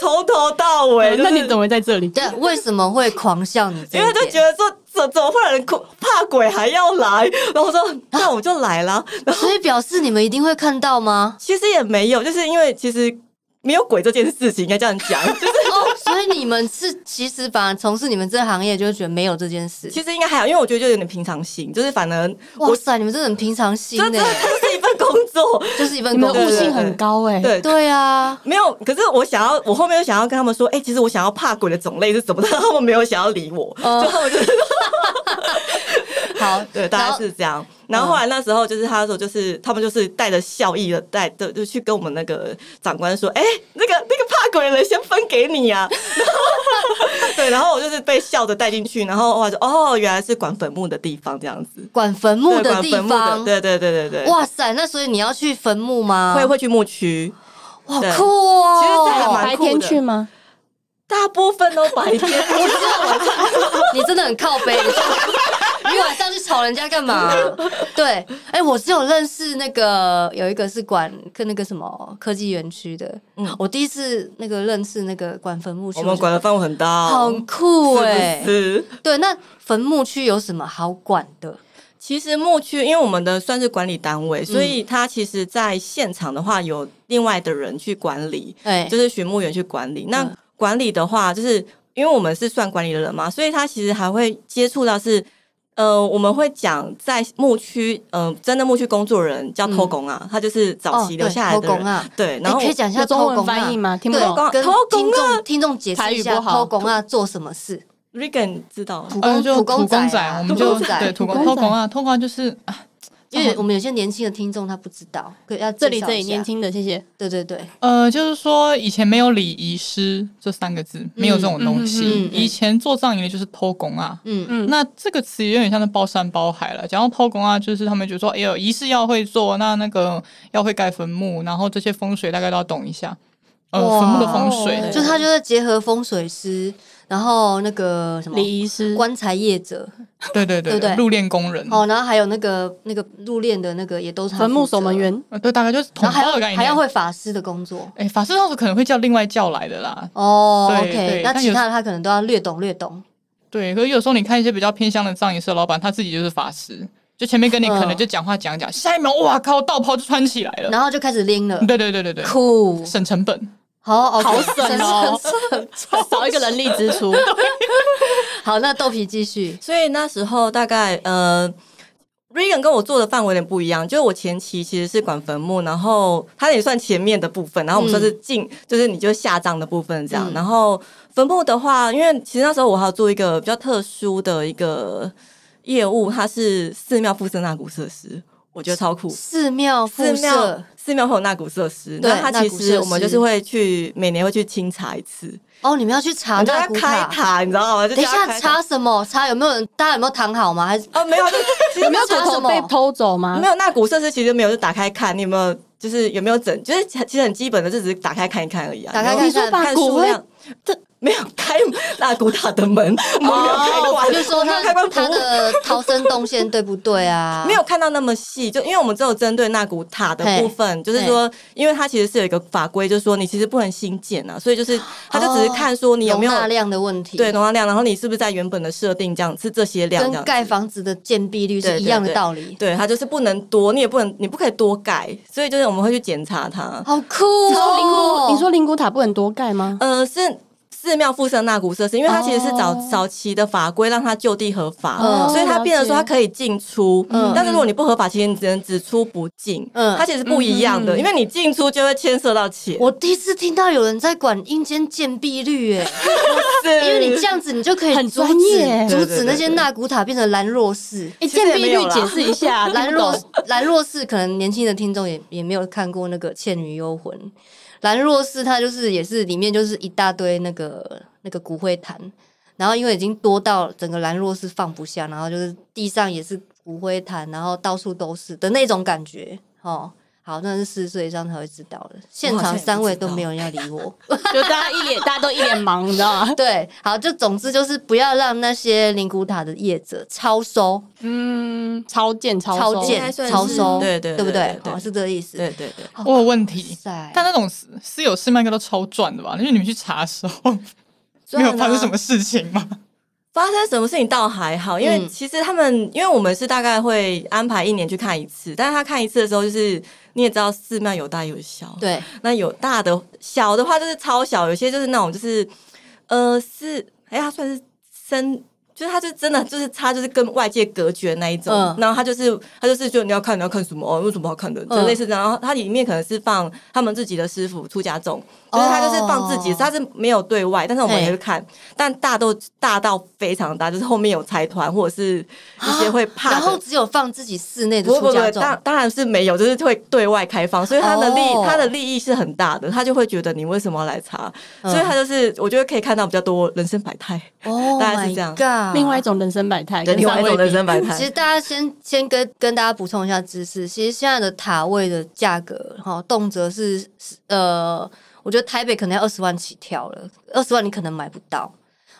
S4: 从头到尾、就是。
S1: 哦
S2: 那你怎么会在这里？
S1: 对，为什么会狂笑你这一 点？
S4: 因为就觉得说怎怎么会有人恐怕鬼还要来？然后我说那我就来啦。
S1: 所以表示你们一定会看到吗？
S4: 其实也没有，就是因为其实没有鬼这件事情，应该这样讲， 就是
S1: 哦，所以你们是其实反而从事你们这行业就觉得没有这件事。
S4: 其实应该还好，因为我觉得就有点平常心，就是反而
S1: 哇
S4: 我
S1: 塞，你们真的很平常心
S4: 这这
S1: 呢，
S4: 这是一份工作，
S1: 就是一份
S2: 你们
S1: 工
S2: 悟
S1: 作。
S2: 性很高哎、
S4: 对。
S1: 对啊，
S4: 没有，可是我想要，我后面又想要跟他们说，哎、其实我想要怕鬼的种类是什么， 但他们没有想要理我，
S1: 哦
S4: 就他们就是
S1: 好，
S4: 对，大
S1: 然
S4: 概
S1: 后嗯
S4: 是这样。然后后来那时候就是他说，就是他们就是带着笑意的带，就就去跟我们那个长官说，哎、那个那个怕鬼的人先分给你啊。 然后对，然后我就是被笑着带进去，然后我就哦，原来是管坟墓的地方这样子，
S1: 管坟墓
S4: 对
S1: 的
S4: 管
S1: 地
S4: 坟墓
S1: 方，
S4: 对对对对对，
S1: 哇塞，那所以你要去坟墓吗？
S4: 会会去墓区，
S1: 哇，
S4: 对
S1: 酷哦！
S4: 其实这还蛮
S2: 白天去吗？
S4: 大部分都白天，
S1: 你真的很靠背，你就你晚上去吵人家干嘛？对，哎、我只有认识那个有一个是管跟那个什么科技园区的，
S4: 嗯
S1: 我第一次那个认识那个管坟墓区，
S4: 我们管的范围很大
S1: 我觉得
S4: 哦、
S1: 很酷哎、
S4: 是不是
S1: 对，那坟墓区有什么好管的？
S4: 其实牧区，因为我们的算是管理单
S1: 嗯
S4: 位，所以它其实在现场的话，有另外的人去管理，
S1: 哎、
S4: 就是巡墓员去管理。那
S1: 嗯
S4: 管理的话，就是因为我们是算管理的人嘛，所以他其实还会接触到是。呃，我们会讲在牧区，呃，真的牧区工作人叫偷工啊，他就是早期留下
S1: 嗯
S4: 来
S1: 偷
S4: 的人，
S1: 工啊，
S4: 对，
S1: 你
S4: 然后
S1: 可以讲一下
S2: 有中
S1: 偷
S2: 文
S1: 工啊
S2: 翻译。吗？听不
S1: 对
S2: 懂。，
S1: 跟
S4: 偷工
S1: 听众听众解
S2: 台
S1: 释
S2: 语
S1: 一
S2: 不
S1: 下，
S2: 好
S1: 偷工啊做什么事？
S4: Regan 知道，
S1: 土
S3: 呃
S1: 工
S3: 就
S1: 土
S3: 土
S1: 仔
S3: 仔，
S1: 啊，土
S3: 我们就
S1: 公
S3: 对
S1: 仔，
S3: 土
S2: 土
S3: 工
S2: 公
S3: 偷
S2: 仔
S3: 工啊，偷工啊就是啊
S1: 因为我们有些年轻的听众他不知道，对，要
S2: 这里
S1: 介
S2: 这
S1: 绍一
S2: 里
S1: 下
S2: 年，轻的，谢谢。
S1: 对对对，
S3: 呃，就是说以前没有礼仪师这三个字，没有这种东西。
S1: 嗯嗯嗯嗯
S3: 以前做葬仪的就是偷工啊。
S1: 嗯，
S2: 嗯，
S3: 那这个词有点像是包山包海了。讲到偷工啊，就是他们觉得说，哎呦，仪式要会做，那那个要会盖坟墓，然后这些风水大概都要懂一下。呃，
S1: 哇
S3: 坟墓的风水，
S2: 哦
S1: 就他就是结合风水师，然后那个什么
S2: 礼仪师
S1: 棺材业者，
S3: 对对对
S1: 对不对
S3: 入殓工人，
S1: 哦，然后还有那个那个入殓的那个也都是他
S2: 坟墓
S1: 负责
S2: 守门，员，
S3: 呃，对，大概就是统
S1: 然后还
S3: 包的概
S1: 要
S3: 念。
S1: 还要会法师的工作。
S3: 哎，法师当时可能会叫另外叫来的啦。
S1: 哦
S3: 对
S1: ，OK，
S3: 对
S1: 那
S3: 但
S1: 其
S3: 有
S1: 他的他可能都要略懂略懂，
S3: 对，可是有时候你看一些比较偏乡的葬仪社老板，他自己就是法师，就前面跟你可能就讲话讲讲，下一秒哇靠，道袍就穿起来
S1: 嗯
S3: 了。
S1: 然后就开始拎了，
S3: 对对对对对，
S1: 酷，
S3: 省成本。
S1: 好，
S2: 好
S1: OK，
S2: 省哦
S1: 省省
S2: 少一个人力支 出。
S1: 好，那豆皮继续，
S4: 所以那时候大概呃，Regan 跟我做的范围有点不一样，就是我前期其实是管坟墓，然后他也算前面的部分，然后我们算是进，就是你就下葬的部分这样。
S1: 嗯
S4: 然后坟墓的话，因为其实那时候我还要做一个比较特殊的一个业务，它是寺庙附设那古设施，我觉得超酷。
S1: 寺庙
S4: 寺
S1: 附
S4: 庙
S1: 设，
S4: 寺庙会有那古设施，
S1: 对
S4: 那它其
S1: 纳古设施
S4: 实我们就是会去每年会去清查一次，
S1: 哦，你们要去查
S4: 我们就
S1: 那
S4: 要
S1: 古
S4: 开
S1: 塔。
S4: 塔，你知道吗？就
S1: 等一
S4: 叫它
S1: 下，
S4: 开塔
S1: 查什么？查有没有人？大家有没有躺好吗？还是
S4: 哦，没有，就是其实
S2: 有没有骨头被偷走
S1: 啊
S2: 吗
S4: 没？有，那古设施其实没有，就打开看你有没有，就是有没有整，就是其实很基本的，就只是打开看一看而已啊。
S1: 打开
S4: 有
S1: 看
S4: 没有
S1: 一看
S2: 你说把
S4: 看
S2: 骨
S4: 数
S2: 灰
S4: 量，这没有开那古塔的门， 我们没有开关，
S1: 哦就
S4: 哦我
S1: 说
S4: 们没有
S1: 他
S4: 开关服
S1: 他
S4: 务。
S1: 的逃生动线对不对啊？
S4: 没有看到那么细，就因为我们只有针对那古塔的部分，就是说，因为它其实是有一个法规，就是说你其实不能新建啊，所以就是它就只是看说你有没
S1: 哦
S4: 有、
S1: 容纳量的问题，
S4: 对容纳量，然后你是不是在原本的设定这样是这些量这样
S1: 跟
S4: 子
S1: 盖房子的建蔽率是
S4: 对
S1: 一
S4: 对
S1: 样的
S4: 对
S1: 道理。
S4: 对，它就是不能多，你也不能，你不可以多盖，所以就是我们会去检查它。
S1: 好酷
S2: 你说灵
S1: 哦！
S2: 骨，你说灵骨塔不能多盖吗？
S4: 呃，是寺庙附设纳古设施，因为它其实是早、
S2: 哦
S4: 早期的法规让它就地合法，
S1: 嗯
S4: 所以它变得说它可以进出，
S1: 嗯
S4: 但是如果你不合法，其实你只能只出不进，
S1: 嗯
S4: 它其实不一样的，因为你进出就会牵涉到钱，
S1: 我第一次听到有人在管阴间建蔽率， 哎，
S4: 是
S1: 因为你这样子，你就可以
S2: 很
S1: 阻止
S2: 专业
S1: 阻
S4: 对对
S1: 止
S4: 对
S1: 那些
S4: 对
S1: 纳古塔变成兰若寺。
S2: 哎，
S4: 呃其实
S2: 建
S4: 也
S2: 蔽
S4: 没有
S2: 率
S4: 啦
S2: 解释一 下，
S1: 兰
S2: 听不
S1: 若
S2: 懂
S1: 兰若寺可能年轻的听众也也没有看过那个《倩女幽魂》，兰若寺它就是也是里面就是一大堆那个那个骨灰坛，然后因为已经多到整个兰若寺放不下，然后就是地上也是骨灰坛，然后到处都是的那种感觉哦。好，那是四十岁以上才会知道的。现
S4: 我好像
S1: 场
S4: 也不
S1: 三位
S4: 知道
S1: 都没有人要理 我。
S2: 就大家一脸，大家都一脸忙，你知道吗？
S1: 对，好，就总之就是不要让那些灵骨塔的业者超收、
S2: 嗯，超贱，超
S1: 超
S2: 收
S4: 应
S1: 贱、
S4: 该算
S1: 超
S4: 是
S1: 收，
S4: 对对
S1: 对不
S4: 对
S1: 对
S4: 对？对
S1: 好，是这个意思。
S4: 对对对。
S1: 好
S3: 我有问题，
S1: 塞
S3: 但那种私私有私卖应该都超赚的吧？因为你们去查的时候，
S4: 虽
S3: 没
S4: 然
S3: 有发生
S4: 呢
S3: 什么事情吗？
S4: 发生什么事情倒还好，因为
S1: 嗯
S4: 其实他们，因为我们是大概会安排一年去看一次，但是他看一次的时候，就是你也知道寺庙有大有小，，
S1: 对，
S4: 那有大的小的话就是超小，有些就是那种就是呃是，哎、他算是深。就是他就真的就是他就是跟外界隔绝那一种，
S1: 嗯
S4: 然后他就是他就是就你要看你要看什么哦，有什么好看的，就
S1: 嗯
S4: 类似这样。然后他里面可能是放他们自己的师傅出家众，就是他就是放自己，
S1: 哦
S4: 他是没有对外，但是我们
S1: 嘿
S4: 也会看，但大都大到非常大，就是后面有财团或者是一些会怕的。
S1: 啊然后只有放自己室内的
S4: 不会不
S1: 出家
S4: 会，
S1: 众，
S4: 当当然是没有，就是会对外开放，所以他的利、
S1: 哦
S4: 他的利益是很大的，他就会觉得你为什么要来查，
S1: 嗯
S4: 所以他就是我觉得可以看到比较多人生百态，
S1: 哦
S4: 大概是这
S1: my
S4: 样
S1: god，
S2: 另外一种人生百
S1: 哎
S2: 态，
S4: 对
S2: 跟
S4: 另外
S2: 上
S4: 一
S2: 位
S4: 种人
S2: 比
S4: 生百
S1: 其实
S4: 态。
S1: 大家先先跟跟大家补充一下知识，其实现在的塔位的价格哈、齁动辄是呃，我觉得台北可能要二十万起跳了，二十万你可能买不到。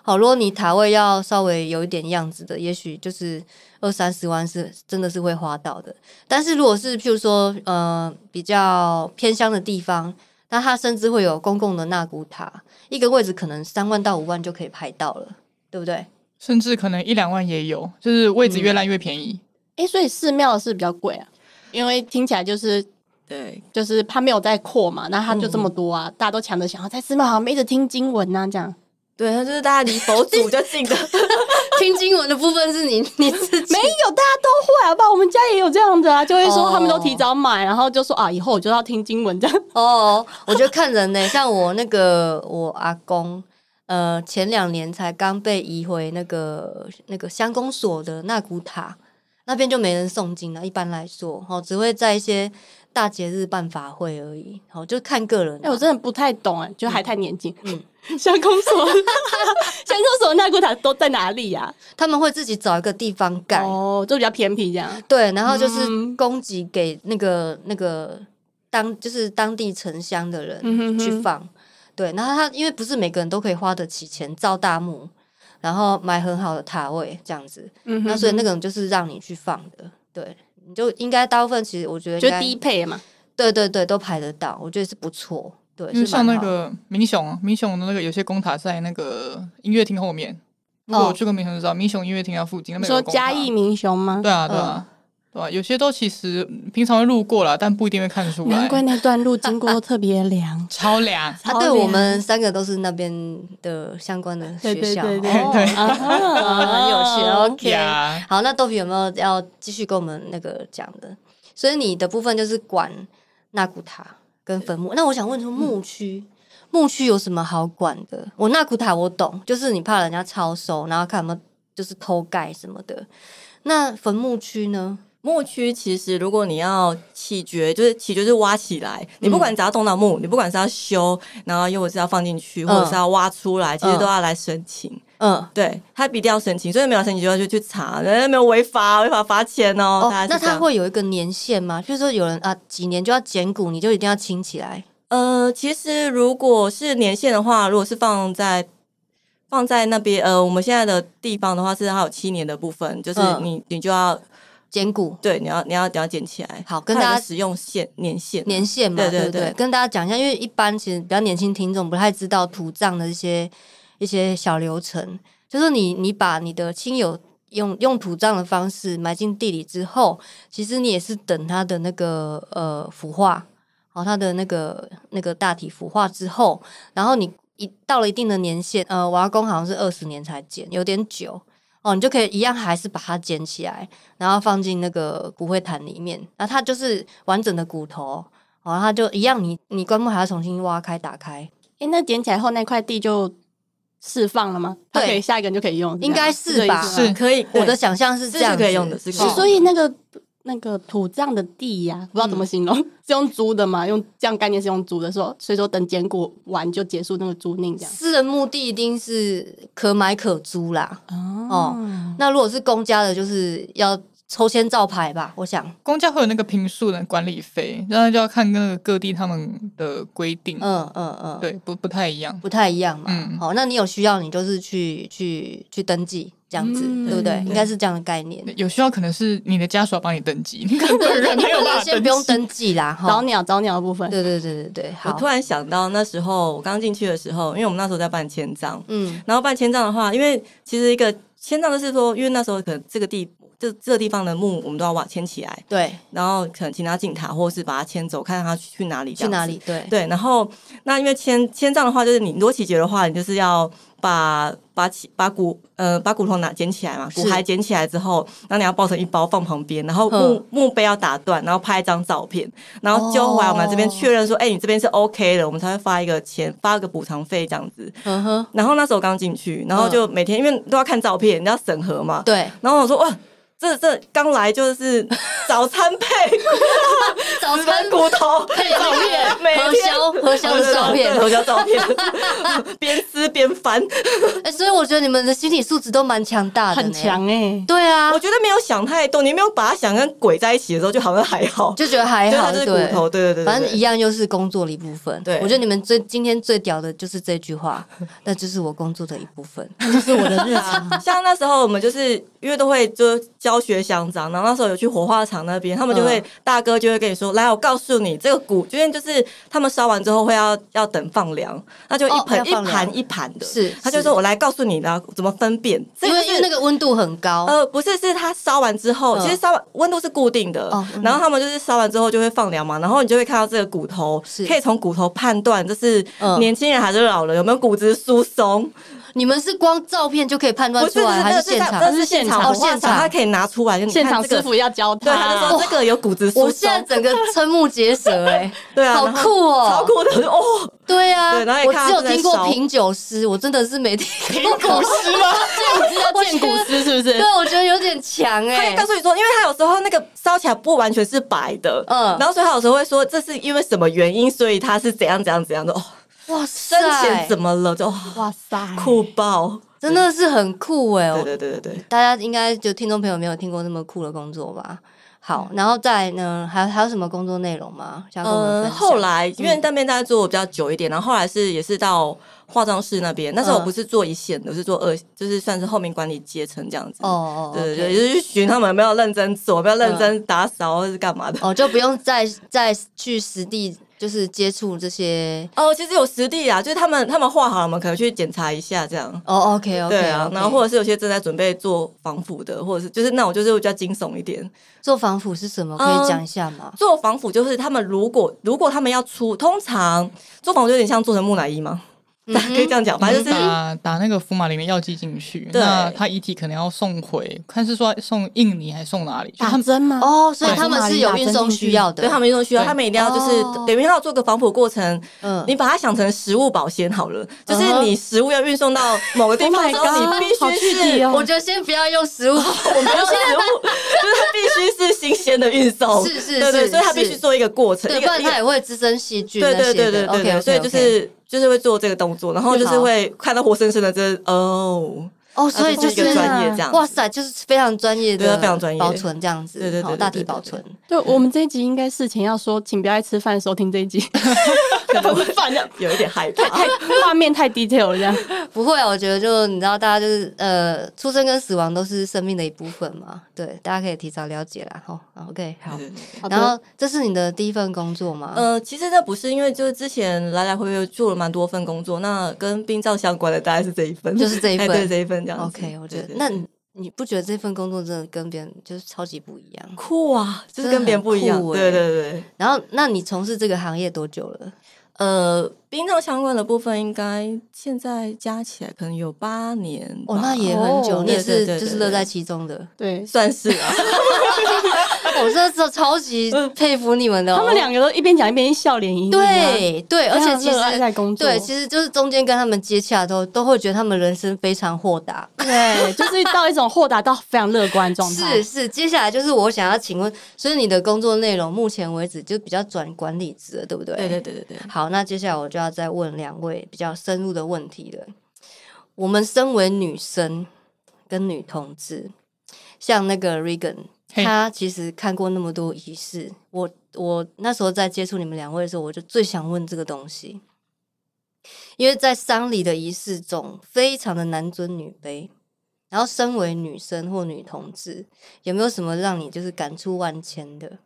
S1: 好，如果你塔位要稍微有一点样子的，也许就是二三十万是真的是会花到的。但是如果是譬如说呃比较偏乡的地方，那它甚至会有公共的纳古塔，一个位置可能三万到五万就可以排到了，对不对？
S3: 甚至可能一两万也有，就是位置越烂越便宜。
S2: 哎、所以寺庙是比较贵啊，因为听起来就是
S4: 对，
S2: 就是他没有在扩嘛，那他就这么多啊，大家都抢着想要在寺庙，好像一直听经文呐、这样。
S4: 对，他就是大家离佛祖就 近的，
S1: 听经文的部分是你你自己
S2: 没有，大家都会好啊不好？我们家也有这样子啊，就会说
S1: 哦
S2: 他们都提早买，然后就说啊，以后我就要听经文这样。
S1: 哦，我觉得看人呢、 像我那个我阿公，呃，前两年才刚被移回那个那个乡公所的那古塔那边就没人诵经了。一般来说，哦，只会在一些大节日办法会而已，哦，就看个人啊、
S2: 哎、我真的不太懂哎、就还太年 轻。
S1: 嗯
S2: 嗯，乡公 所，乡公所那古塔都在哪里呀、
S1: 他们会自己找一个地方盖，
S2: 哦，就比较偏僻这样。
S1: 对，然后就是
S2: 嗯
S1: 供给给那个那个当就是当地城乡的
S2: 嗯哼
S1: 人
S2: 哼
S1: 去放。对，然后他因为不是每个人都可以花得起钱造大墓，然后买很好的塔位这样子，
S2: 嗯
S1: 那所以那个人就是让你去放的。对，你就应该大部分其实我觉得应
S2: 就
S1: 该
S2: 低配嘛，
S1: 对对对都排得到，我觉得是不错。
S2: 嗯
S1: 对，
S3: 因
S1: 是
S3: 为像
S1: 蛮
S3: 那
S1: 好
S3: 个民雄啊，民雄的那个有些公塔在那个音乐厅后面。如果我去过民雄就知道，民雄音乐厅那附近那
S2: 你
S3: 边有
S2: 说
S3: 个公塔
S2: 嘉义民雄吗？
S3: 对啊，对啊，对啊，有些都其实平常会路过啦，但不一定会看出
S2: 难
S3: 来。。
S2: 怪那段路经过都特别凉
S3: 超凉，
S1: 啊，对我们三个都是那边的相关的
S2: 对
S1: 学
S2: 对
S1: 校，
S2: 对对
S1: 哦
S3: 对
S2: 啊
S1: 啊很有趣。OK，
S3: 呀
S1: 好，那豆皮有没有要继续跟我们那个讲的？所以你的部分就是管纳古塔跟坟墓。那我想问出
S4: 嗯
S1: 墓区，墓区有什么好管的？我纳古塔我懂，就是你怕人家抄收，然后看有没有就是偷盖什么的。那坟墓区呢？
S4: 墓区其实，如果你要起掘，就是起掘就是挖起来，你不管你只要动到墓，你不管是要修，然后又或是要放进去，或者是要挖出来，其实都要来申请。
S1: 嗯，
S4: 对他一定要申请，所以没有申请就要去去查，人家没有违法，违法罚钱哦。
S1: 哦
S4: 大概，是
S1: 那
S4: 这
S1: 它
S4: 样
S1: 会有一个年限吗？就是说有人啊，几年就要捡骨，你就一定要清起来。
S4: 呃，其实如果是年限的话，如果是放在放在那边呃，我们现在的地方的话是还有七年的部分，就是
S1: 嗯
S4: 你、你就要
S1: 捡骨
S4: 对你要你要你要捡起来，
S1: 好跟
S4: 它有
S1: 大
S4: 个
S1: 家
S4: 使用限年限
S1: 年限嘛，
S4: 对对
S1: 对不对
S4: 对？
S1: 跟大家讲一下，因为一般其实比较年轻听众不太知道土葬的一些一些小流程，就是你你把你的亲友用用土葬的方式埋进地里之后，其实你也是等他的那个呃腐化，好、他的那个那个大体腐化之后，然后你一到了一定的年限，呃，我阿公好像是二十年才捡，有点久。哦，你就可以一样还是把它捡起来，然后放进那个骨灰坛里面，那它就是完整的骨头，哦，它就一样你，你棺木还要重新挖开打开，
S2: 哎，那捡起来后那块地就释放了吗？它
S1: 对
S2: 可以下一个人就可以用，
S1: 应该
S2: 嗯这
S1: 是吧？
S2: 样这个意思吗
S4: 可以，
S1: 我
S4: 对
S1: 的想象是
S4: 这
S1: 这样
S4: 是
S1: 子，
S4: 可以用的是可以用
S1: 哦
S4: 的
S2: 所以那个那个土葬的地呀、不知道怎么形容，是用租的嘛？用这样概念是用租的，说所以说等捡骨完就结束那个租赁这样。
S1: 私人墓地一定是可买可租啦。
S2: 哦，
S1: 那如果是公家的，就是要抽签照牌吧，我想，
S3: 公家会有那个平数的管理费，那就要看那个各地他们的规定，
S1: 嗯嗯嗯，
S3: 对，不不太一样。
S1: 不太一样嘛。
S3: 嗯
S1: 好，那你有需要，你就是去去去登记这这样子，
S2: 嗯
S1: 对不对？
S2: 对
S1: 应该是这样的概念。
S3: 有需要可能是你的家属要帮你登记，你可能本人没有办法
S1: 先不用
S3: 登记。
S1: 登记啦，
S2: 早
S1: 哈。
S2: 鸟早鸟的部分，
S1: 对对对对对，
S4: 我
S1: 好
S4: 突，然想到那时候我刚进去的时候，因为我们那时候在办签章，
S1: 嗯
S4: 然后办签章的话，因为其实一个签章就是说，因为那时候可能这个地这这个地方的墓我们都要往牵起来，
S1: 对，
S4: 然后可能请他进塔，或是把他牵走，看他去哪里这
S1: 去
S4: 样子
S1: 哪里？对，
S4: 对，然后那因为签签账的话，就是你如果起决的话，你就是要把把起把骨呃把骨头拿捡起来嘛，骨
S1: 是
S4: 骸捡起来之后，然后你要抱成一包放旁边，然后
S1: 嗯
S4: 墓墓碑要打断，然后拍一张照片，然后揪回来我们这边
S1: 哦
S4: 确认说，哎、你这边是 OK 的，我们才会发一个钱发个补偿费这样子。
S1: 嗯哼，
S4: 然后那时候刚进去，然后就每天、因为都要看照片，你要审核嘛，
S1: 对，
S4: 然后我说哇。这这刚来就是早餐 配
S1: 早
S4: 骨
S1: 餐
S4: 骨头，
S1: 配照片，
S4: 每
S1: 核
S4: 天
S1: 销核销的照片
S4: 对，合销照片， 边撕边翻。
S1: 哎，所以我觉得你们的心理素质都蛮强大的，
S2: 很。强哎、
S1: 对啊
S4: 我，觉得没有想太多，你没有把它想跟鬼在一起的时候，就好像还好，
S1: 就觉得还
S4: 就
S1: 好，
S4: 它就是骨头，对对对，对
S1: 反正
S4: 对
S1: 一样又是工作的一部分。
S4: 对
S1: 我觉得你们最今天最屌的就是这句 话，那就是我工作的一部分。
S2: 就是我的日常。
S4: 啊 像那时候我们就是因为都会就教学乡长，然后那时候有去火化场那边，他们就会、
S1: 嗯
S4: 大哥就会跟你说，来我告诉你，这个骨今天就是他们烧完之后会要要等放凉，那就一
S1: 哦
S4: 盆、
S1: 要
S4: 一
S1: 放凉
S4: 盘一盘的，
S1: 是
S4: 他就是说我来告诉你的怎么分辨，这
S1: 因
S4: 个
S1: 为
S4: 就
S1: 因
S4: 是
S1: 为那个温度很高，
S4: 呃，不是，是它烧完之后，
S1: 嗯
S4: 其实烧完温度是固定的，
S1: 哦嗯
S4: 然后他们就是烧完之后就会放凉嘛，然后你就会看到这个骨头
S1: 是，
S4: 可以从骨头判断这是
S1: 嗯
S4: 年轻人还是老人，有没有骨质 疏松，
S1: 你们是光照片就可以判
S4: 不
S1: 断
S4: 是，
S1: 出
S4: 这
S1: 来，
S4: 是
S1: 还
S4: 这
S1: 是
S4: 是
S1: 现
S4: 在
S1: 场？
S4: 这是现场
S1: 哦
S4: 火化
S1: 现场
S4: 他可以拿出来，就你
S2: 现
S4: 看
S2: 场
S4: 这个
S2: 师傅要教他，
S4: 对，他就说这个有骨质疏
S1: 我现在
S4: 松，
S1: 整个瞠目结舌哎、
S4: 对啊，
S1: 好
S4: 然后
S1: 酷哦
S4: 超酷的，我就哦，
S1: 对啊，
S4: 对然后也
S1: 我
S4: 看
S1: 只
S4: 到
S1: 有
S4: 他在
S1: 听过
S4: 烧
S1: 品酒师，我真的是没听过。
S2: 师吗？见 骨要见骨师是不是
S1: 对？，我觉得有点强
S4: 他
S1: 哎、
S4: 也告诉你说，因为他有时候那个烧起来不完全是白的，
S1: 嗯
S4: 然后所以他有时候会说这是因为什么原因，所以他是怎样怎样怎样的，哦，
S1: 哇塞
S4: 生，前怎么了，就哦
S2: 哇塞，
S4: 酷爆。
S1: 真的是很酷哎、
S4: 对
S1: 哦！
S4: 对对对对，
S1: 大家应该就听众朋友没有听过那么酷的工作吧？好，然后再来呢，还还有什么工作内容吗？想要跟我们
S4: 呃，
S1: 分享
S4: 后来因为那边大概做比较久一点，然后后来是也是到化妆室那边，那
S1: 嗯
S4: 时候我不是做一线的，我是做二，就是算是后面管理阶层这样子。
S1: 哦哦，
S4: 对对
S1: OK
S4: 对，就是去寻他们有没有认真做，有没有认真打扫或是干嘛的。
S1: 哦，就不用再再去实地就是接触这些。
S4: 哦，其实有实地啊，就是他们他们画好了，我们可能去检查一下这样。
S1: 哦，OK OK，
S4: 对啊，然后或者是有些正在准备做防腐的，或者是就是那种就是比较惊悚一点。
S1: 做防腐是什么？可
S4: 嗯
S1: 以讲一下吗？
S4: 做防腐就是他们如果如果他们要出，通常做防腐就有点像做成木乃伊吗？
S1: 嗯
S4: 可以这样讲，反正就是
S3: 打打那个福马林的药剂进去，
S4: 对
S3: 那他遗体可能要送回，看是说送印尼还是送哪里？就他
S2: 打
S3: 们
S2: 针吗？
S1: 哦，所以
S2: 对
S1: 他们是有运送需要的。
S4: 对他们一定需要，
S3: 对
S4: 他们一定要就是
S1: 哦
S4: 等于要做个防腐过程。
S1: 嗯
S4: 你把它想成食物保鲜好了，就
S1: 嗯
S4: 是
S1: 哼
S4: 你食物要运送到某个地
S2: Oh
S4: 方
S2: my
S4: 之后，你
S2: God，
S4: 必
S2: 好具
S4: 须
S2: 体
S4: 是，
S2: 哦
S1: 我觉得先不要用食物，
S4: 我没有食物，就是它必须是新鲜的运送，
S1: 是是
S4: 对
S1: 是
S4: 对，所以它
S1: 是
S4: 必须做一个过程，
S1: 对，
S4: 一
S1: 不
S4: 个
S1: 然
S4: 一
S1: 它
S4: 个。
S1: 也会滋生细菌
S4: 对
S1: 那
S4: 对
S1: 些
S4: 对
S1: 的。
S4: 对对
S1: OK，
S4: 对，所以就是就是会做这个动作，然后就是
S1: 好
S4: 会看到活生生的真哦，
S1: 哦，所以
S4: 啊
S1: 就
S4: 这
S1: 是
S4: 一个
S1: 是
S4: 专业这样子。
S1: 哇塞，就是非常专业
S4: 对
S1: 的，
S4: 啊非常专业
S1: 保存这样子，
S4: 对对对
S1: 好
S4: 对对
S1: 大体
S4: 对对
S1: 保
S4: 对
S1: 存。
S2: 对，我们这一集应该事前要说，请不要在吃饭的时候听这一集，啊
S4: 很烦的，有一点害怕。
S2: 太 画面太 detail 了，这样
S1: 不会啊，我觉得就你知道，大家就是呃，出生跟死亡都是生命的一部分嘛，对，大家可以提早了解啦。哈，OK，好。
S4: 对对对
S2: 好 的
S1: 然后这是你的第一份工作吗？
S4: 呃，其实那不是，因为就是之前来来回回做了蛮多份工作，那跟殡葬相关的大概是这一份，
S1: 就是这一份
S4: 哎对这一份这样子。
S1: OK，我觉得
S4: 对对
S1: 那你你不觉得这份工作真的跟别人就是超级不一样？
S4: 酷啊，就是
S1: 真的
S4: 跟别人
S1: 很
S4: 不一样。
S1: 酷欸
S4: 对对对，
S1: 然后，那你从事这个行业多久了？
S4: 呃，殡葬相关的部分应该现在加起来可能有八年吧，
S1: 哦，那也很久，
S2: 哦
S1: 你也
S4: 对对
S1: 是
S4: 对对
S1: 就是
S4: 对
S1: 乐在其中的。哦
S2: 对。
S4: 算是啊。
S1: 我真的超级佩服你们的哦，
S2: 嗯他们两个都一边讲一边笑脸盈盈啊，
S1: 对对，而且
S2: 非
S1: 其
S2: 常热爱
S1: 实
S2: 在工作，
S1: 对，其实就是中间跟他们接洽的时候，都会觉得他们人生非常豁达。啊
S2: 对，就是到一种豁达到非常乐观的状态
S1: 是。是，接下来就是我想要请问，所以你的工作内容目前为止就比较转管理职了，对不 对？
S4: 对对对对对，
S1: 好，那接下来我就要再问两位比较深入的问题了。我们身为女生跟女同志，像那个 Regan，
S3: 嘿
S1: 她其实看过那么多仪式。我我那时候在接触你们两位的时候，我就最想问这个东西，因为在丧礼的仪式中非常的男尊女卑，然后，身为女生或女同志，有没有什么让你就是感触万千的，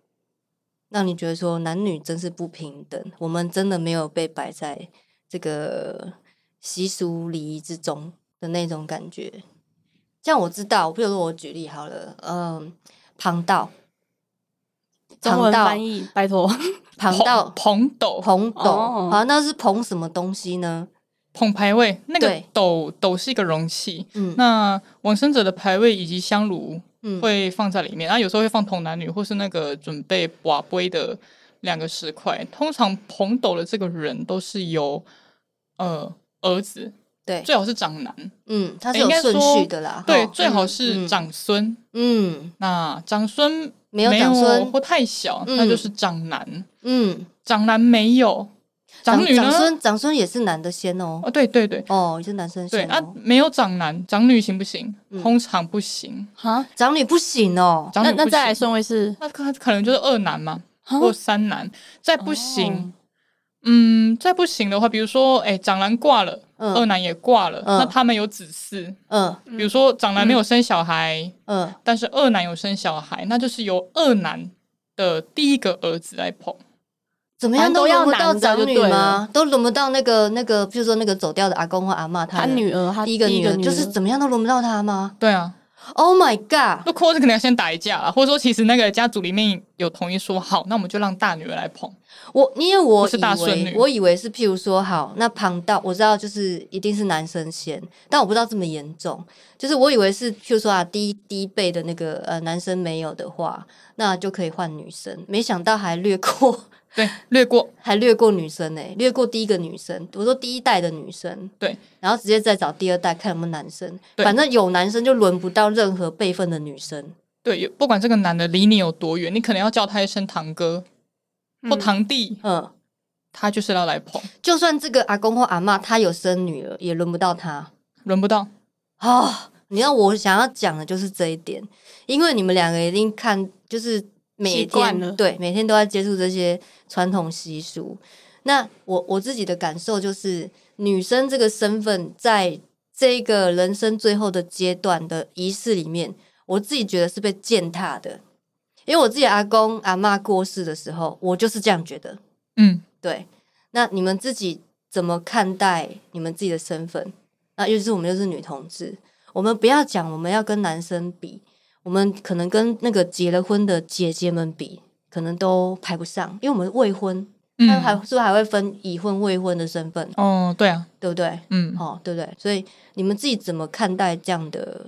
S1: 让你觉得说男女真是不平等，我们真的没有被摆在这个习俗礼仪之中的那种感觉？像我知道，比如说我举例好了，嗯，旁道、
S2: 中
S1: 旁
S2: 文
S1: 道
S2: 翻译，拜 托，
S1: 旁道、
S3: 捧斗
S1: 捧斗，
S2: 哦
S1: 好，那是捧什么东西呢？
S3: 捧牌位，那个
S1: 对
S3: 斗斗是一个容器，
S1: 嗯
S3: 那往生者的牌位以及香炉
S1: 嗯，
S3: 会放在里面，然后有时候会放童男女或是那个准备瓦杯的两个石块。通常捧斗的这个人都是由呃儿子，
S1: 对，
S3: 最好是长男，
S1: 嗯，它是
S3: 应
S1: 有
S3: 该
S1: 顺
S3: 说
S1: 序的啦，
S3: 对，
S1: 哈
S3: 最好
S1: 嗯
S3: 是
S1: 嗯
S3: 长孙。
S1: 嗯
S3: 那长孙
S1: 没有长孙
S3: 或太小，
S1: 嗯
S3: 那就是长男。
S1: 嗯，
S3: 长男没有，
S1: 长
S3: 女呢
S1: 长？孙长孙也是男的先哦，
S3: 哦，对对对
S1: 哦，也是男生
S3: 对
S1: 先
S3: 啊
S1: 哦，，
S3: 没有长男，长女行不行？
S1: 嗯
S3: 通常不行。
S2: 啊，
S1: 长女不行哦，
S3: 长
S2: 那
S3: 女
S2: 那
S3: 不
S2: 再来
S3: 行
S2: 顺位是
S3: 那可可能就是二男嘛，
S2: 啊
S3: 或三男，再不
S1: 哦
S3: 行，嗯，再不行的话，比如说，哎，长男挂了，
S1: 嗯
S3: 二男也挂了，
S1: 嗯
S3: 那他们有子嗣，
S1: 嗯
S3: 比如说长男没有生小孩，
S1: 嗯，
S3: 但是二男有生小孩，那就是由二男的第一个儿子来捧。
S1: 怎么样
S2: 反正都
S1: 轮
S2: 要
S1: 不到
S2: 男的
S1: 长
S2: 就
S1: 女
S2: 对
S1: 吗？都轮不到那个那个，比如说那个走掉的阿公或阿嬷，
S2: 他
S1: 他的
S2: 女儿，他
S1: 第一个
S2: 女
S1: 女儿，
S2: 儿
S1: 就是怎么样都轮不到他吗
S3: 对啊，
S1: ？Oh my god！
S3: 那或者可能要先打一架啦，或者说其实那个家族里面有同意说好，那我们就让大女儿来捧。
S1: 我因为我
S3: 不是
S1: 以
S3: 大孙
S1: 为
S3: 女
S1: 我以为是，譬如说好，那旁道我知道就是一定是男生先，但我不知道这么严重。就是我以为是，譬如说啊，第一第一辈的那个呃男生没有的话，那就可以换女生，没想到还略过
S3: 对，略过。
S1: 还略过女生呢、略过第一个女生，我说第一代的女生，
S3: 对，
S1: 然后直接再找第二代看有没有男生，
S3: 对
S1: 反正有男生就轮不到任何辈分的女生。
S3: 对，不管这个男的离你有多远，你可能要叫他一声堂哥或堂弟，
S1: 嗯，
S3: 他就是要来捧，
S1: 就算这个阿公或阿嬷他有生女儿，也轮不到他。
S3: 轮不到。
S1: 哦，你知道我想要讲的就是这一点，因为你们两个一定看，就是每
S2: 习惯
S1: 天
S2: 了
S1: 对每天都在接触这些传统习俗。那我我自己的感受就是，女生这个身份在这个人生最后的阶段的仪式里面，我自己觉得是被践踏的。因为我自己的阿公阿嬷过世的时候，我就是这样觉得。
S3: 嗯，
S1: 对，那你们自己怎么看待你们自己的身份？那尤其是我们又是女同志，我们不要讲我们要跟男生比，我们可能跟那个结了婚的姐姐们比，可能都排不上，因为我们未婚，
S3: 嗯
S1: 那还是不是还会分已婚未婚的身份，
S3: 哦，对啊，
S1: 对不对？
S3: 嗯，
S1: 哦，对不对？所以你们自己怎么看待这样的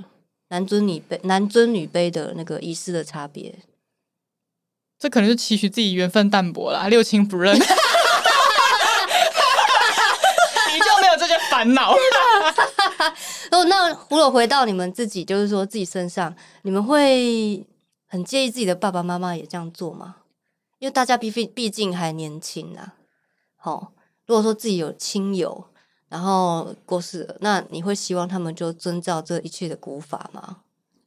S1: 男尊女卑、男尊女卑的那个仪式的差别？
S3: 这可能是期许自己缘分淡薄啦，六亲不认。 你就没有这些烦恼，
S1: 哦，那如果回到你们自己，就是说自己身上，你们会很介意自己的爸爸妈妈也这样做吗？因为大家毕竟毕竟还年轻啊。好、如果说自己有亲友然后过世了，那你会希望他们就遵照这一切的古法吗？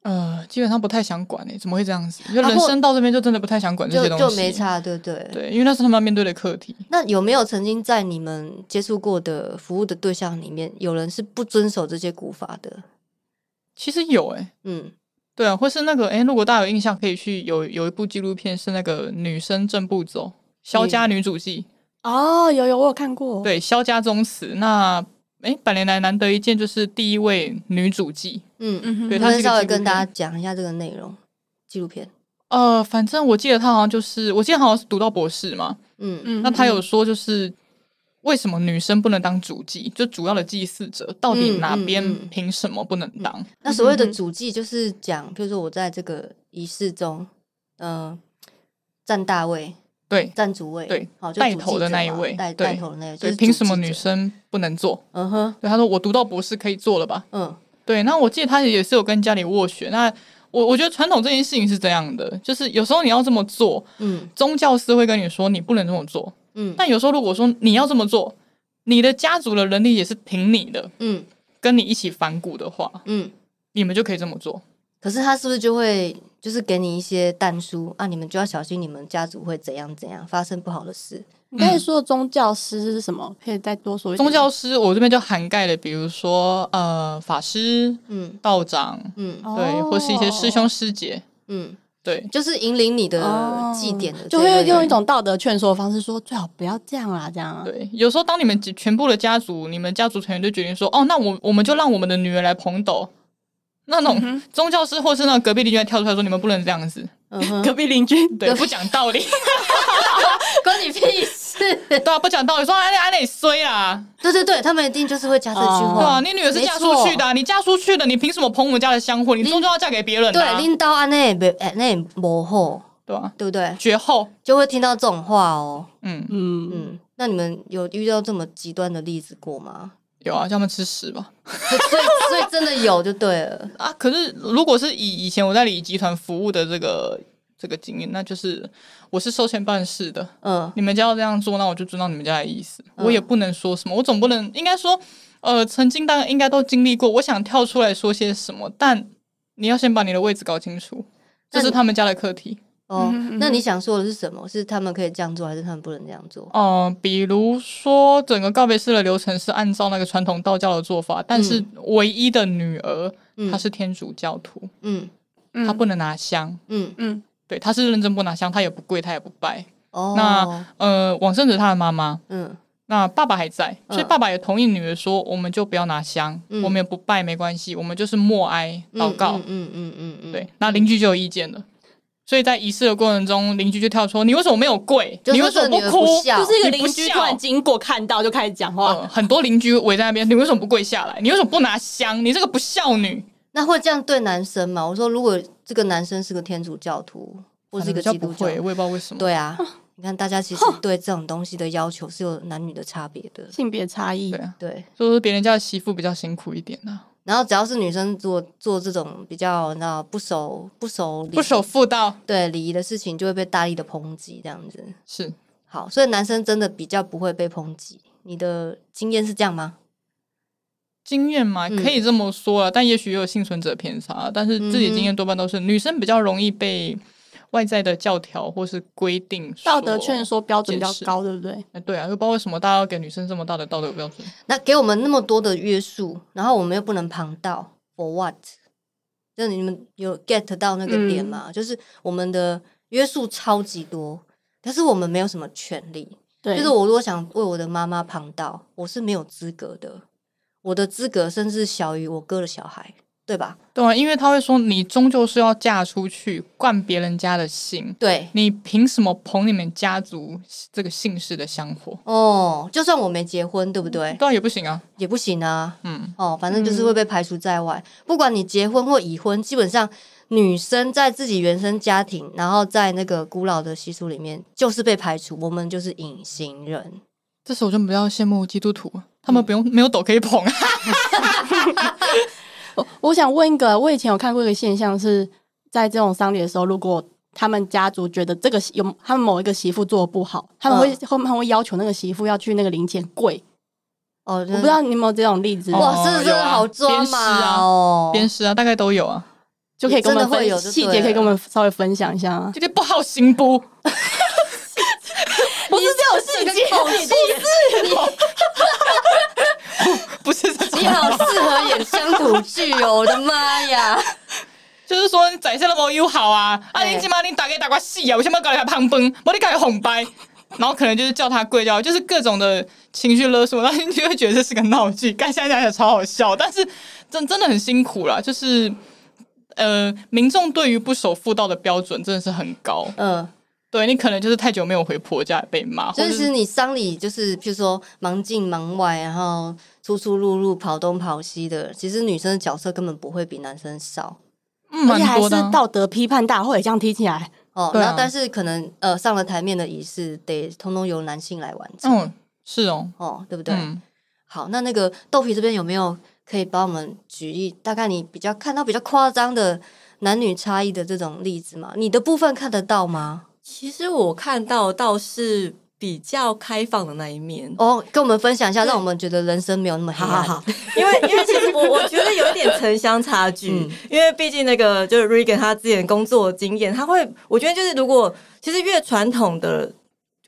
S3: 呃，基本上不太想管诶、欸怎么会这样子？就
S1: 啊
S3: 人
S1: 或
S3: 生到这边就真的不太想管这
S1: 就
S3: 些东西，
S1: 就没。差，对不对？
S3: 对，因为那是他们要面对的课题。
S1: 那有没有曾经在你们接触过的服务的对象里面，有人是不遵守这些古法的？
S3: 其实有诶、
S1: 嗯，
S3: 对啊，或是那个，哎，如果大家有印象，可以去有有一部纪录片是那个女生正步走，萧家女主记，
S2: 哦，有有我有看
S1: 嗯
S2: 过，
S3: 对，萧家宗祠。那哎，百年来难得一见，就是第一位女主记。
S1: 嗯嗯，
S2: 嗯哼，
S3: 对
S1: 能
S3: 它
S1: 不能
S3: 是一个
S1: 稍微
S3: 纪录
S1: 跟大家
S3: 片
S1: 讲一下这个内容？纪录片，
S3: 呃，反正我记得她好像就是，我记得好像是读到博士嘛。
S1: 嗯
S2: 嗯
S3: 那她有说就是。为什么女生不能当主祭？就主要的祭祀者，到
S1: 嗯
S3: 底哪
S1: 嗯嗯
S3: 边凭什么不能当？
S1: 那所谓的
S2: 嗯哼
S1: 主祭就是讲，比如说我在这个仪式中，呃，站大位、
S3: 对
S1: 站主位，
S3: 对
S1: 好，就
S3: 带
S1: 主
S3: 头
S1: 祭
S3: 的
S1: 者
S3: 那一
S1: 嘛
S3: 位
S1: 带
S3: 对
S1: 带头的那一位，就
S3: 对，
S1: 是
S3: 凭
S1: 主
S3: 什么
S1: 祭
S3: 女
S1: 者？
S3: 生不能做？
S1: 嗯哼，
S3: 对，她说我读到博士可以做了吧？
S1: 嗯
S3: 对，那我记得他也是有跟家里斡旋。那我我觉得传统这件事情是这样的，就是有时候你要这么做，
S1: 嗯
S3: 宗教师会跟你说你不能这么做。
S1: 嗯
S3: 但有时候如果说你要这么做，你的家族的人力也是挺你的，
S1: 嗯
S3: 跟你一起反骨的话，
S1: 嗯。
S3: 你们就可以这么做。
S1: 可是他是不是就会就是给你一些弹书啊？你们就要小心，你们家族会怎样怎样发生不好的事。
S2: 你刚才说的宗教师是什么？可以再多说一点
S3: 宗教师我这边就涵盖了，比如说呃法师、
S1: 嗯
S3: 道长，
S1: 嗯
S3: 对，或是一些师。
S2: 哦
S3: 兄师姐，
S1: 嗯，
S3: 对，
S1: 就是引领你的
S2: 哦
S1: 祭典的这
S2: 就
S1: 类人，
S2: 会用一种道德劝说的方式说，最好不要这样啦，这样啊。
S3: 对，有时候当你们几全部的家族，你们家族成员就决定说，哦，那我我们就让我们的女儿来捧斗。那那种宗教师或是那种隔壁邻居还跳出来说，你们不能这样子，
S1: 嗯 哼，
S2: 隔壁邻居，
S3: 对，不讲道理，
S1: 关你屁事！
S3: 对啊，不讲道理，说哎你哎你衰啊，
S1: 对对对，他们一定就是会加这句
S2: 哦
S3: 对啊，
S1: 话。
S3: 你女儿是
S1: 嗯没
S3: 嫁出去
S1: 错
S3: 的啊、你嫁出去的，你凭什么捧我们家的香火？你终究要嫁给别人的、
S1: 对，
S3: 啊，
S1: 拎刀安那也没哎那也模糊，
S3: 对啊，
S1: 对不对？
S3: 绝后，
S1: 就会听到这种话哦。
S3: 嗯，
S2: 嗯，
S1: 嗯，那你们有遇到这么极端的例子过吗？
S3: 有啊，叫他们吃屎吧。
S1: 所以所以真的有就对了。
S3: 啊，可是如果是以以前我在礼仪集团服务的这个这个经验，那就是我是收钱办事的，
S1: 嗯
S3: 你们家要这样做，那我就遵照你们家的意思，
S1: 嗯
S3: 我也不能说什么，我总不能应该说，呃，曾经大家应该都经历过，我想跳出来说些什么，但你要先把你的位置搞清楚，这
S1: 那
S3: 是
S1: 你
S3: 他们家的课题。
S1: 哦，
S2: 嗯哼
S1: 那你想说的是什么？是他们可以这样做，还是他们不能这样做？
S3: 嗯、比如说整个告别式的流程是按照那个传统道教的做法，但是唯一的女儿、
S1: 嗯
S3: 她是天主教徒，
S1: 嗯
S3: 她不能拿香，
S1: 嗯
S2: 嗯，
S3: 对，她是认真不拿香，她也不跪，她也不拜。
S1: 哦，
S3: 那呃，往生者她的妈妈，
S1: 嗯
S3: 那爸爸还在，
S1: 嗯
S3: 所以爸爸也同意女儿说，我们就不要拿香，
S1: 嗯
S3: 我们也不拜，没关系，我们就是默哀
S1: 嗯
S3: 祷告。
S1: 嗯嗯嗯嗯嗯，
S3: 对，那邻居就有意见了。所以在仪式的过程中，邻居就跳出：“你为什么没有跪？
S1: 就
S3: 你
S1: 说
S3: 为什么
S1: 这女儿
S3: 哭？”
S1: 不孝啊
S2: 就是一个
S3: 你不
S2: 邻居
S3: 孝
S2: 突然经过看到就开始讲话，
S3: 呃，很多邻居围在那边，你为什么不跪下来？你为什么不拿香？你这个不孝女！
S1: 那会这样对男生吗？我说，如果这个男生是个天主教徒，或是一个
S3: 叫
S1: 基
S3: 不
S1: 督教
S3: 会，，我也不知道为什么。
S1: 对啊，你看大家其实对这种东西的要求是有男女的差别的，
S2: 性别差异
S3: 对，啊，
S1: 对。
S3: 就是别人家的媳妇比较辛苦一点啊，
S1: 然后只要是女生做做这种比较你知道不守不守礼
S3: 不守妇道
S1: 对礼仪的事情，就会被大力的抨击这样子。
S3: 是
S1: 好，所以男生真的比较不会被抨击。你的经验是这样吗？
S3: 经验嘛，
S1: 嗯
S3: 可以这么说啊，但也许也有幸存者偏差，啊但是自己经验多半都是女生比较容易被外在的教条或是规定说
S2: 道德劝。说标准比较高，对不对？
S3: 哎对啊，又不知道为什么大家要给女生这么大的道德标准。
S1: 那给我们那么多的约束，然后我们又不能旁道，for what？就你们有 get 到那个点吗？就是我们的约束超级多，但是我们没有什么权利。
S2: 对，
S1: 就是我如果想为我的妈妈旁道，我是没有资格的，我的资格甚至小于我哥的小孩，对吧？
S3: 对啊，因为他会说你终究是要嫁出去，惯别人家的姓，
S1: 对，
S3: 你凭什么捧你们家族这个姓氏的香火？
S1: 哦，就算我没结婚，对不对？
S3: 当然也不行啊，
S1: 也不行啊。
S3: 嗯，
S1: 哦，反正就是会被排除在外。不管你结婚或已婚，基本上女生在自己原生家庭，然后在那个古老的习俗里面，就是被排除，我们就是隐形人。
S3: 这时候我就比较羡慕基督徒，啊他们不用没有斗可以捧啊，
S2: 我我想问一个，我以前有看过一个现象是，在这种丧礼的时候，如果他们家族觉得这个媳有他们某一个媳妇做的不好，他们会、后面会要求那个媳妇要去那个零钱柜。嗯
S1: 哦，我
S2: 我不知道你有没有这种例子，
S1: 哇，
S3: 哦
S1: 这真
S3: 有
S1: 的
S3: 啊
S1: 好抓
S3: 鞭尸啊
S1: 马哦！
S3: 鞭尸啊，大概都有啊，
S2: 就可以跟我们
S1: 真的会有
S2: 分
S1: 就对
S2: 细节，可以跟我们稍微分享一下吗？
S3: 这些不好行不？
S2: 不是这种细 节，
S3: 不是这种
S1: 你，好适合演乡土剧哦，我的妈呀！
S3: 就是说你宰相都没友好啊，啊
S2: 哎
S1: 对
S3: 你起码你打给打过戏啊，我先把搞你胖崩，我得搞你红白。然后可能就是叫他跪掉，就是各种的情绪勒索，然后你就会觉得这是个闹剧。干现在想起来超好笑，但是真真的很辛苦啦。就是呃，民众对于不守妇道的标准真的是很高。
S1: 嗯，
S3: 对你可能就是太久没有回婆家被骂，
S1: 所
S3: 或
S1: 以
S3: 者
S1: 是你丧礼就是，譬如说忙进忙外，然后出出入入、跑东跑西的，其实女生的角色根本不会比男生少。
S3: 嗯
S2: 而且
S3: 蛮
S2: 还
S3: 多
S2: 是
S3: 的啊。
S2: 道德批判大会这样提起来，
S1: 哦，
S3: 对啊
S1: 然后但是可能呃上了台面的仪式得通通由男性来完成，
S3: 嗯，是哦，
S1: 哦，对不对？
S3: 嗯，
S1: 好，那那个豆皮这边有没有可以帮我们举例？大概你比较看到比较夸张的男女差异的这种例子吗？你的部分看得到吗？
S4: 其实我看到倒是比较开放的那一面，
S1: 哦，跟我们分享一下，让我们觉得人生没有那么黑
S4: 好
S1: 暗。
S4: 嗯好好， 因为因为其实我我觉得有一点城乡差距，
S1: 嗯
S4: 因为毕竟那个就是 Regan 他之前工作经验，他会我觉得就是如果其实越传统的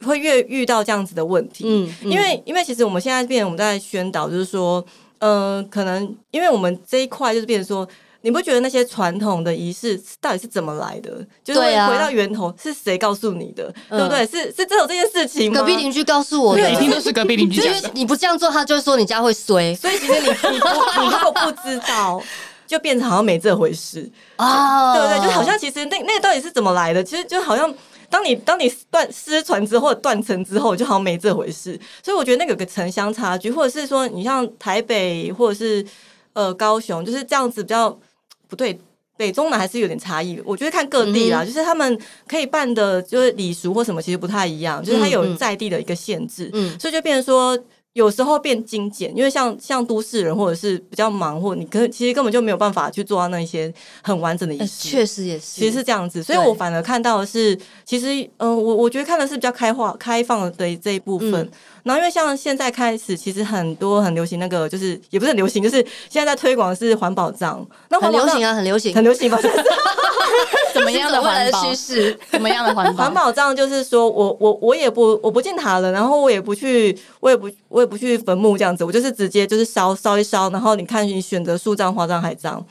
S4: 会越遇到这样子的问题。
S1: 嗯，嗯
S4: 因为因为其实我们现在变，我们在宣导，就是说，呃，可能因为我们这一块就是变成说，你不觉得那些传统的仪式到底是怎么来的？就是
S1: 对啊
S4: 回到源头，是谁告诉你的？
S1: 嗯
S4: 对不对？是是真有这件事情吗？
S1: 隔壁邻居告诉我
S3: 每天
S1: 的，
S3: 都是隔壁邻居
S1: 就
S3: 讲
S1: 是
S3: 的。
S1: 你不这样做，他就会说你家会衰
S4: 所以其实你你不你如果不知 道。就变成好像没这回事，
S1: 啊，
S4: 对不对？就好像其实那那个到底是怎么来的？其实就好像当你当你断失传之后断层之后，就好像没这回事。所以我觉得那个有个城乡差距，或者是说你像台北或者是呃高雄，就是这样子比较不对。北中南还是有点差异，我觉得看各
S1: 嗯
S4: 地啦，就是他们可以办的，就是礼俗或什么其实不太一样，就是它
S1: 嗯
S4: 有
S1: 嗯
S4: 在地的一个限制，
S1: 嗯
S4: 所以就变成说。有时候变精简，因为像像都市人或者是比较忙，或你根其实根本就没有办法去做到那一些很完整的仪
S1: 呃
S4: 式。
S1: 确实也是，
S4: 其实是这样子，所以我反而看到的是，其实嗯、呃我我觉得看的是比较开化、开放的这一部分。
S1: 嗯
S4: 然后因为像现在开始，其实很多很流行那个，就是也不是很流行，就是现在在推广的是环保账，那环
S1: 很
S4: 保
S1: 流
S4: 账
S1: 行啊，很流行
S4: 很，流 行吧？
S2: 怎么样的
S1: 未来
S2: 环
S1: 的
S2: 保？
S1: 趋势，
S2: 怎么样的环
S4: 环
S2: 保？
S4: 保账就是说我我我也不我不进塔了，然后我也不去我也不我也不去坟墓这样子，我就是直接就是烧烧一烧，然后你看你选择树葬、花葬、海葬，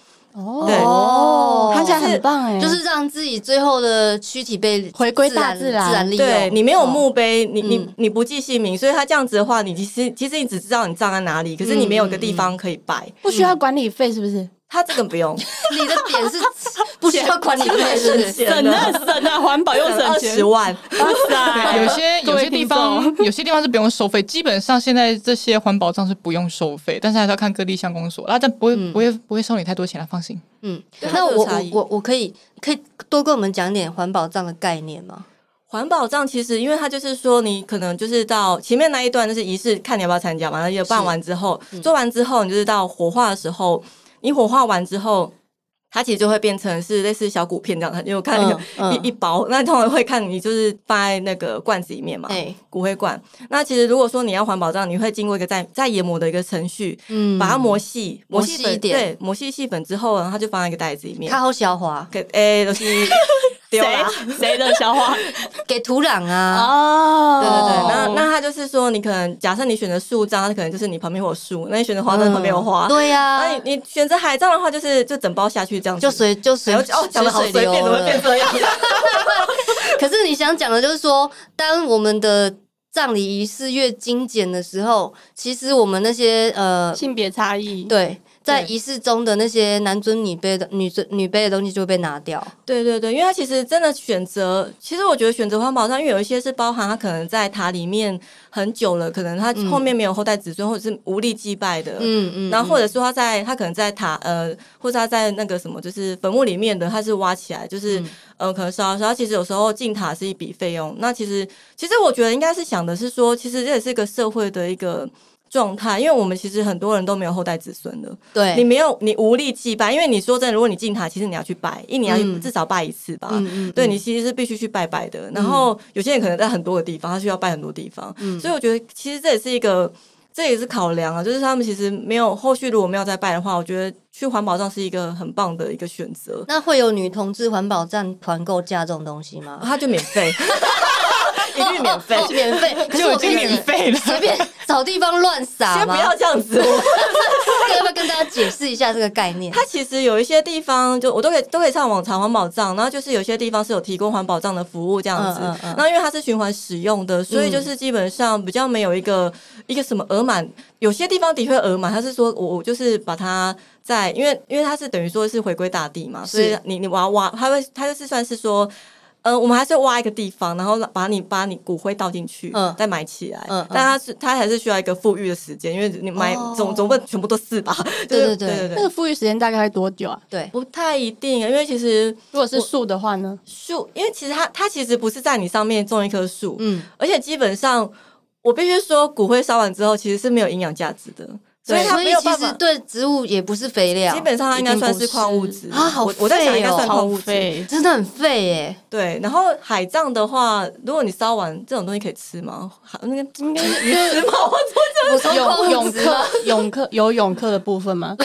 S4: 对
S2: 哦，看起来很棒哎，
S1: 就是让自己最后的躯体被
S2: 回归大
S1: 自
S2: 自然
S1: 自然利用。
S4: 对你没有墓碑，你你
S1: 嗯
S4: 你不记姓名，所以他这样子的话，你其实其实你只知道你葬在哪里，可是你没有个地方可以拜。
S2: 不需要管理费，是不是？
S4: 他这个 不用，
S1: 你的点 是不需要管理费，是不是？
S4: 省
S2: 啊省啊，环保又
S4: 二十万，
S2: 哇塞
S3: 有些
S2: 各
S3: 有
S2: 位
S3: 些地
S2: 听众
S3: 方 有些地方是不用收费，基本上现在这些环保账是不用收费，但是还是要看各地乡公所，那但不会不会不会收你太多钱了，放心。
S1: 嗯，
S4: 对
S1: 那
S4: 它是
S1: 我
S4: 有差
S1: 我
S4: 异
S1: 我我可以可以多跟我们讲点环保账的概念吗？
S4: 嗯环保账其实，因为它就是说，你可能就是到前面那一段就是仪式，看你要不要参加嘛。然后也办完之后，
S1: 嗯
S4: 做完之后，你就是到火化的时候，你火化完之后。它其实就会变成是类似小骨片这样，因为我看那个
S1: 嗯嗯
S4: 一一包，那通常会看你就是放在那个罐子里面嘛，
S1: 哎，
S4: 骨灰罐。那其实如果说你要环保账，你会经过一个再再研磨的一个程序，
S1: 嗯
S4: 把它磨细，磨
S1: 磨
S4: 细
S1: 细
S4: 粉
S1: 一点
S4: 对，磨细细粉之后，然后它就放在一个袋子里面
S1: 它。好小滑，
S4: 给诶、就是 丢啦。
S2: 谁的小花？
S1: 给土壤啊，
S2: 哦，
S4: 对对对，那
S2: 哦
S4: 那它就是说，你可能假设你选择树葬，它可能就是你旁边有树，那你选择花葬旁边有花，
S1: 嗯
S4: 哎
S1: 对呀
S4: 那，你你选择海葬的话，就是就整包下去这样子，
S1: 就随就随
S4: 哎呦哦，讲的好随便，怎么会变这样？
S1: 可是你想讲的就是说，当我们的葬礼仪式越精简的时候，其实我们那些呃，
S2: 性别差异，
S1: 对，在
S4: 对
S1: 仪式中的那些男尊女卑的女尊女卑的东西就会被拿掉。
S4: 对对对，因为它其实真的选择，其实我觉得选择环保上，因为有一些是包含它可能在塔里面很久了，可能它后面没有后代子孙，或者是无力祭拜的，
S1: 嗯嗯，
S4: 然后或者
S1: 嗯
S4: 说他在他可能在塔呃，或者他在那个什么，就是坟墓里面的，他是挖起来，就是、呃，可能烧烧。其实有时候进塔是一笔费用。那其实其实我觉得应该是想的是说，其实这也是一个社会的一个。状态，因为我们其实很多人都没有后代子孙的，你
S1: 对，
S4: 没有，你无力祭拜，因为你说真的，如果你进塔，其实你要去拜，一年要去
S1: 嗯
S4: 至少拜一次吧，
S1: 嗯嗯
S4: 对
S1: 嗯
S4: 你其实是必须去拜拜的。然后有些人可能在很多个地方，他需要拜很多地方，
S1: 嗯
S4: 所以我觉得其实这也是一个，这也是考量啊，就是他们其实没有后续如果没有再拜的话，我觉得去环保上是一个很棒的一个选择，
S1: 那会有女同志环保站团购价这种东西 吗？
S4: 啊它就免费，一律免费。
S1: 哦 免费，可是
S3: 就
S1: 我
S3: 已
S1: 跟
S3: 经
S1: 你
S3: 免费 了，
S1: 随 便找地方乱撒
S4: 先不
S1: 吗？
S4: 要这样子，我
S1: 要不要跟大家解释一下这个概念？
S4: 它其实有一些地方，就我都可以都可以上网查环保账，然后就是有些地方是有提供环保账的服务这样子。
S1: 嗯嗯嗯
S4: 那因为它是循环使用的，所以就是基本上比较没有一个、一个什么额满，有些地方的确额满，它是说我我就是把它在，因为因为它是等于说是回归大地嘛，所以你你挖挖，它会它就是算是说。呃，我们还是挖一个地方，然后把你把你骨灰倒进去，
S1: 嗯
S4: 再埋起来。
S1: 嗯嗯
S4: 但它是它还是需要一个富裕的时间，因为你埋、
S1: 哦
S4: 总总不能全部都是吧？ 就
S1: 对对
S4: 是
S1: 对
S4: 对
S2: 那个富裕时间大概多久啊？
S1: 对，
S4: 不太一定，啊因为其实
S2: 如果是树的话呢？
S4: 树，因为其实它它其实不是在你上面种一棵树，
S1: 嗯，
S4: 而且基本上我必须说，骨灰烧完之后其实是没有营养价值的，所以
S1: 所
S4: 它没
S1: 以
S4: 有
S1: 其
S4: 办
S1: 实
S4: 法。
S1: 对啊植物也不是肥料，
S4: 基本上它应该算
S2: 一定
S4: 是
S2: 不是
S4: 矿物质
S1: 啊好
S4: 我我在想应该算
S1: 废哦
S4: 矿物质。
S2: 费，
S1: 真的很废 耶。
S4: 对，然后海葬的话，如果你烧完这种东西可以吃吗？海 那个应该鱼吃吗？我怎么
S1: 补充矿
S2: 泳
S1: 物
S2: 泳
S1: 质吗
S2: 课，泳课有泳课的部分吗？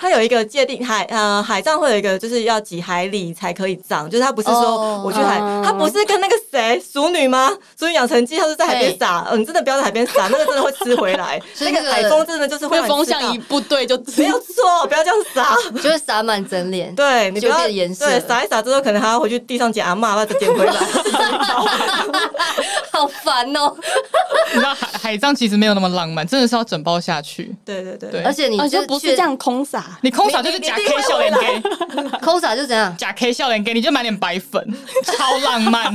S4: 它有一个界定海呃海葬会有一个就是要几海里才可以葬，就是它不是说
S1: 哦
S4: 我去海，
S2: 嗯
S4: 它不是跟那个谁熟女吗？熟女养成记，它是在海边
S1: 对
S4: 撒，嗯，你真的不要在海边撒，那个真的会吃回来，
S1: 所以
S4: 那个
S1: 那个
S4: 海风真的就是会
S2: 那
S4: 让
S2: 个风
S4: 你吃到
S2: 向一不对就
S4: 没
S2: 没
S4: 有错，不要这样撒。
S1: 就是撒满整脸。
S4: 对你不
S1: 就
S4: 要
S1: 变颜色
S4: 对撒一撒之后，可能还要回去地上捡阿妈，把它捡回来。
S1: 好烦哦、
S3: 你知道海海葬其实没有那么浪漫，真的是要整包下去。
S4: 对对对
S3: 对
S1: 而且你
S2: 哦，就
S1: 就
S2: 不
S1: 去
S2: 是这样空撒，
S3: 你空手就是假 K 笑脸给，
S1: 抠傻就怎样，
S3: 假 K 笑脸给，你就买点 白粉，超浪漫，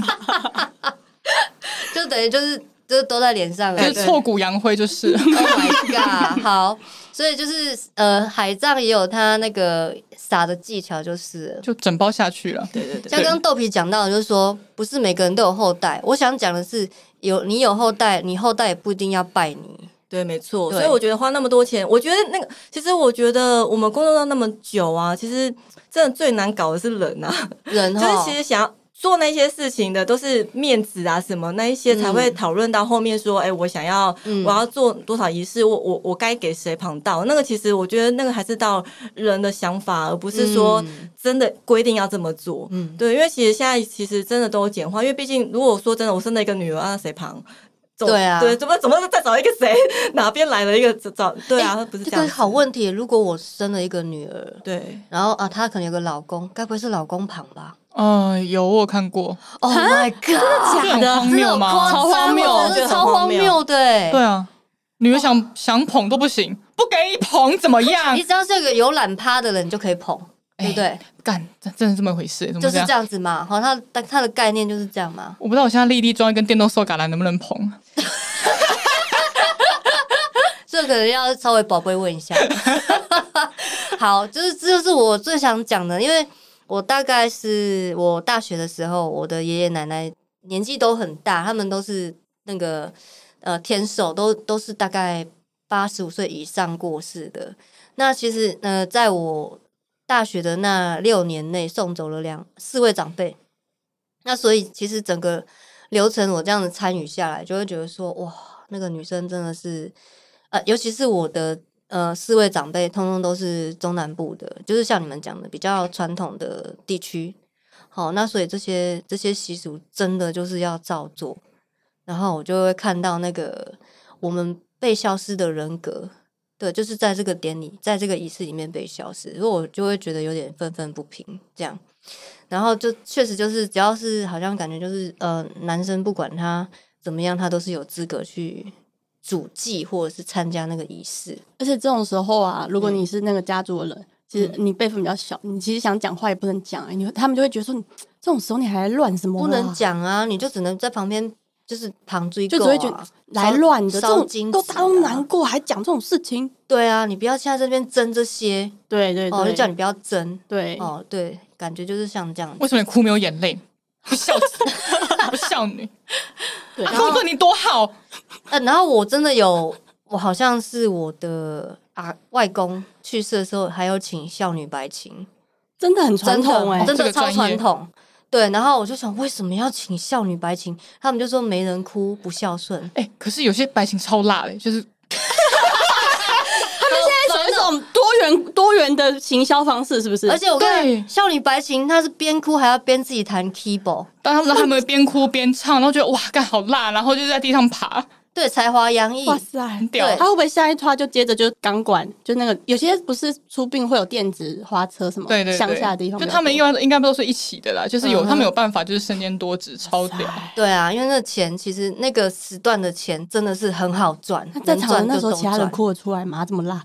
S1: 就等于就是就都在脸上了。
S3: 就
S1: 对
S3: 是挫骨扬灰，就是
S1: Oh my god！好，所以就是呃，海葬也有它那个撒的技巧，就是了
S3: 就整包下去了。
S4: 对对对，
S1: 像刚刚豆皮讲到，就是说不是每个人都有后代。我想讲的是，有你有后代，你后代也不一定要拜你。
S4: 对，没错。
S1: 对
S4: 所以我觉得花那么多钱，我觉得那个，其实我觉得我们工作到那么久啊，其实真的最难搞的是人啊，
S1: 人哦
S4: 就是
S1: 哈
S4: 其，实想要。做那些事情的都是面子啊什么那一些才会讨论到后面说，哎、我想要、
S1: 嗯
S4: 我要做多少仪式，我我我该给谁旁道？那个其实我觉得那个还是到人的想法，而不是说
S1: 嗯
S4: 真的规定要这么做。
S1: 嗯
S4: 对，因为其实现在其实真的都有简化，因为毕竟如果说真的，我生了一个女儿，啊那谁旁？总
S1: 对啊
S4: 对，怎么怎么再找一个谁？ 哪边来了一个找？对啊，不是
S1: 哎这
S4: 这样
S1: 个
S4: 子。
S1: 好问题。如果我生了一个女儿，
S4: 对，
S1: 然后啊，她可能有个老公，该不会是老公旁吧
S3: 嗯，有我有看过，
S1: ？Oh my god！真的
S3: 这很
S1: 真
S3: 荒
S1: 的
S3: 谬
S1: 有
S3: 吗？
S1: 夸张啊
S3: 超荒谬，
S1: 我觉得超荒谬的欸。
S3: 对啊，女儿想想捧都不行，不给你捧怎么样
S1: 你？只要是个有懒趴的人，你就可以捧，对不对？
S3: 干，真真的这么回事？哎怎
S1: 就
S3: 么
S1: 是
S3: 这样
S1: 这？样子嘛。好，他他他的概念就是这样嘛。
S3: 我不知道我现在立立装一根电动手橄榄能不能捧？
S1: 这可能要稍微宝贝问一下。 好，就是这就是我最想讲的，因为我大概是我大学的时候，我的爷爷奶奶年纪都很大，他们都是那个呃天寿，都都是大概八十五岁以上过世的。那其实呃，在我大学的那六年内，送走了两四位长辈。那所以其实整个流程我这样子参与下来，就会觉得说，哇，那个女生真的是，呃，尤其是我的呃四位长辈，通通都是中南部的，就是像你们讲的比较传统的地区。好，那所以这些这些习俗真的就是要照做，然后我就会看到那个我们被消失的人格，对，就是在这个典礼，在这个仪式里面被消失，所以我就会觉得有点愤愤不平这样。然后就确实就是，只要是好像感觉就是呃，男生不管他怎么样，他都是有资格去主祭或者是参加那个仪式。
S2: 而且这种时候啊，如果你
S1: 嗯
S2: 是那个家族的人，其实你辈分比较小，你其实想讲话也不能讲、欸，你他们就会觉得说你这种时候你还乱什么、
S1: 不能，讲啊，你就只能在旁边就是旁追、啊，
S2: 就只会觉得来乱的，这
S1: 烧
S2: 种
S1: 金
S2: 都
S1: 纸
S2: 大家都
S1: 啊
S2: 难过，还讲这种事情。
S1: 对啊，你不要现在这边争这些
S2: 对对对，
S1: 哦，就叫你不要争
S2: 对，
S1: 哦，对，感觉就是像这样子。
S3: 为什么你哭没有眼 泪？不孝子，不孝女，
S2: 对，
S1: 啊
S2: 然
S3: 哭
S2: 后
S3: 对啊你多好，
S1: 呃，然后我真的有，我好像是我的啊外公去世的时候，还有请孝女白琴，
S2: 真的很传统哎、
S1: 真的
S3: 这
S1: 哦
S3: 个
S1: 超
S3: 专
S1: 传
S3: 业
S1: 统。对，然后我就想，为什么要请孝女白琴？他们就说没人哭不孝顺。
S3: 哎、可是有些白情超辣的、就是
S2: 走一种多元多元的行销方式，是不是？
S1: 而且我跟你
S3: 对
S1: 讲孝女白琴，她是边哭还要边自己弹 keyboard，
S3: 当他们让他们边哭边唱，然后觉得哇，干好辣，然后就在地上爬，
S1: 对，才华洋溢。
S2: 哇塞，
S3: 很屌
S1: 对。
S2: 他会不会下一趴就接着就是钢管，就那个有些不是出殡会有电子花车什么，
S3: 对对对，
S2: 乡下的地方比
S3: 就
S2: 较多，
S3: 他们应该应该都是一起的啦，就是有、
S2: 嗯哼
S3: 他们有办法，就是身兼多职，超屌。
S1: 对啊，因为那钱其实那个时段的钱真的是很好赚，
S2: 那在
S1: 能
S2: 场的
S1: 赚
S2: 那
S1: 就
S2: 时候，
S1: 都
S2: 其他人
S1: 赚
S2: 哭得出来吗？这么 辣，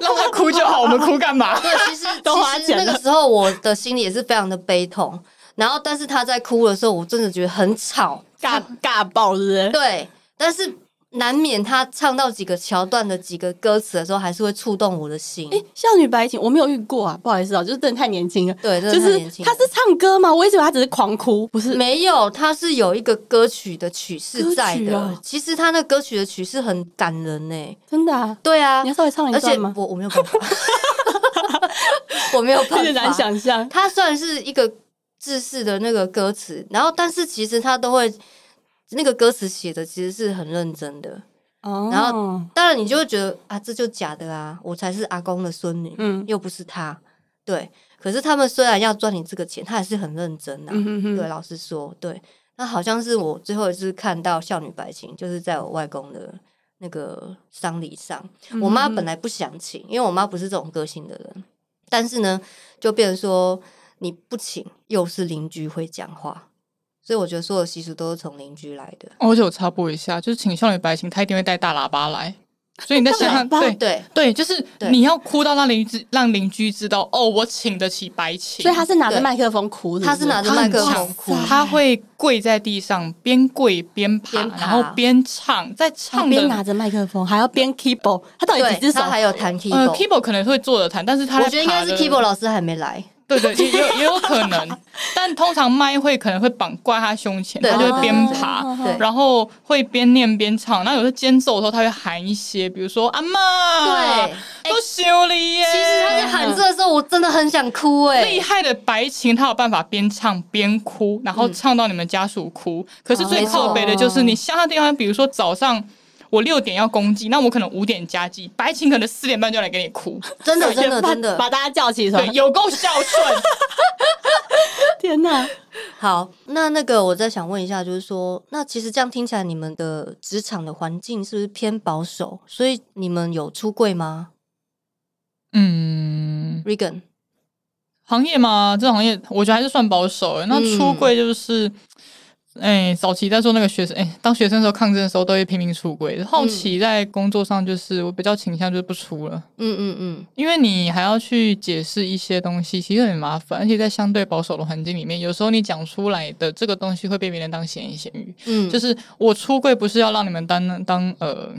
S3: 让他哭就好，我们哭干嘛？
S1: 对，其实
S2: 都花
S1: 其实
S2: 钱了
S1: 那个时候我的心里也是非常的悲痛。然后，但是他在哭的时候，我真的觉得很吵，
S2: 尬尬爆是不 是？
S1: 对。但是难免他唱到几个桥段的几个歌词的时候，还是会触动我的心。
S2: 哎、少女白情我没有遇过啊，不好意思啊，就是真的太年轻了。
S1: 对，真
S2: 就
S1: 的太
S2: 是
S1: 年轻了。
S2: 他是唱歌吗？我一直以为他只是狂哭，不是？
S1: 没有，他是有一个歌曲的曲啊式在
S2: 歌曲
S1: 的。
S2: 哦
S1: 其实他那歌曲的曲式很感人呢、欸
S2: 真的啊！
S1: 对啊
S2: 你要，稍微唱一
S1: 而且
S2: 段吗？
S1: 我我没有办法， 我没有办法，
S2: 很难想象，
S1: 它算是一个制式的那个歌词，然后但是其实它都会那个歌词写的其实是很认真的，
S2: 哦，
S1: 然当然你就会觉得啊，这就假的啊，我才是阿公的孙女，
S2: 嗯
S1: 又不是他。对，可是他们虽然要赚你这个钱，他还是很认真呐、
S2: 嗯哼哼
S1: 对，老实说，对，那好像是我最后一次看到少女白琴，就是在我外公的那个丧礼上。
S2: 嗯
S1: 我妈本来不想请，因为我妈不是这种个性的人，但是呢，就变成说你不请，又是邻居会讲话，所以我觉得所有习俗都是从邻居来的。
S3: 哦而且我插播一下，就是请少女白琴，她一定会带大喇叭来，所以你在想想，
S2: 大喇叭
S3: 对
S1: 对，
S3: 对，就是
S1: 对
S3: 你要哭到让邻居让邻居知道，哦，我请得起白琴，
S2: 所以他是拿着
S1: 对
S2: 麦克风哭的，
S1: 他是拿着
S3: 她
S1: 麦
S3: 很
S1: 克
S3: 强
S1: 风哭，
S3: 他会跪在地上，边跪边爬，
S1: 边爬
S3: 然后边唱，在
S2: 他
S3: 唱
S2: 边
S3: 的
S2: 拿着麦克风，还要边 keyboard，他到底
S1: 对，
S2: 几只手
S1: 他？还有弹
S3: 呃
S1: keyboard。
S3: ，keyboard 可能会坐着弹，但是他
S1: 我
S3: 在
S1: 觉得应该
S3: 爬
S1: 是
S3: 的
S1: keyboard 老师还没来，
S3: 对对，也也有也有可能，但通常麦会可能会绑挂他胸前，
S1: 对
S3: 他就会边爬，
S2: 哦
S1: 对
S3: 然后会边念边唱。那有时候间奏的时候，他会喊一些，比如说阿妈，
S1: 对，
S3: 都修理耶。
S1: 其实他在喊这的时候，我真的很想哭哎、
S3: 厉害的白琴，他有办法边唱边哭，嗯哦然后唱到你们家属哭。可是最靠北的就是你乡下地方，比如说早上。我六点要公祭，那我可能五点加祭，白琴可能四点半就来给你哭，
S1: 真的真的
S2: 把
S1: 真 的
S2: 把大家叫起床
S3: 对，。有够孝顺。
S2: 天哪！
S1: 好。那那个我再想问一下，就是说，那其实这样听起来，你们的职场的环境是不是偏保守？所以你们有出柜吗
S3: 嗯，
S1: ，Regan？
S3: 行业嘛，这行业我觉得还是算保守欸的。那
S1: 嗯
S3: 出柜就是，哎、早期在做那个学生，哎、当学生的时候抗争的时候都会拼命出柜。后期在工作上就是我比较倾向就是不出了，
S1: 嗯嗯嗯，
S3: 因为你还要去解释一些东西，其实很麻烦，而且在相对保守的环境里面，有时候你讲出来的这个东西会被别人当闲言闲语。
S1: 嗯，
S3: 就是我出柜不是要让你们当当呃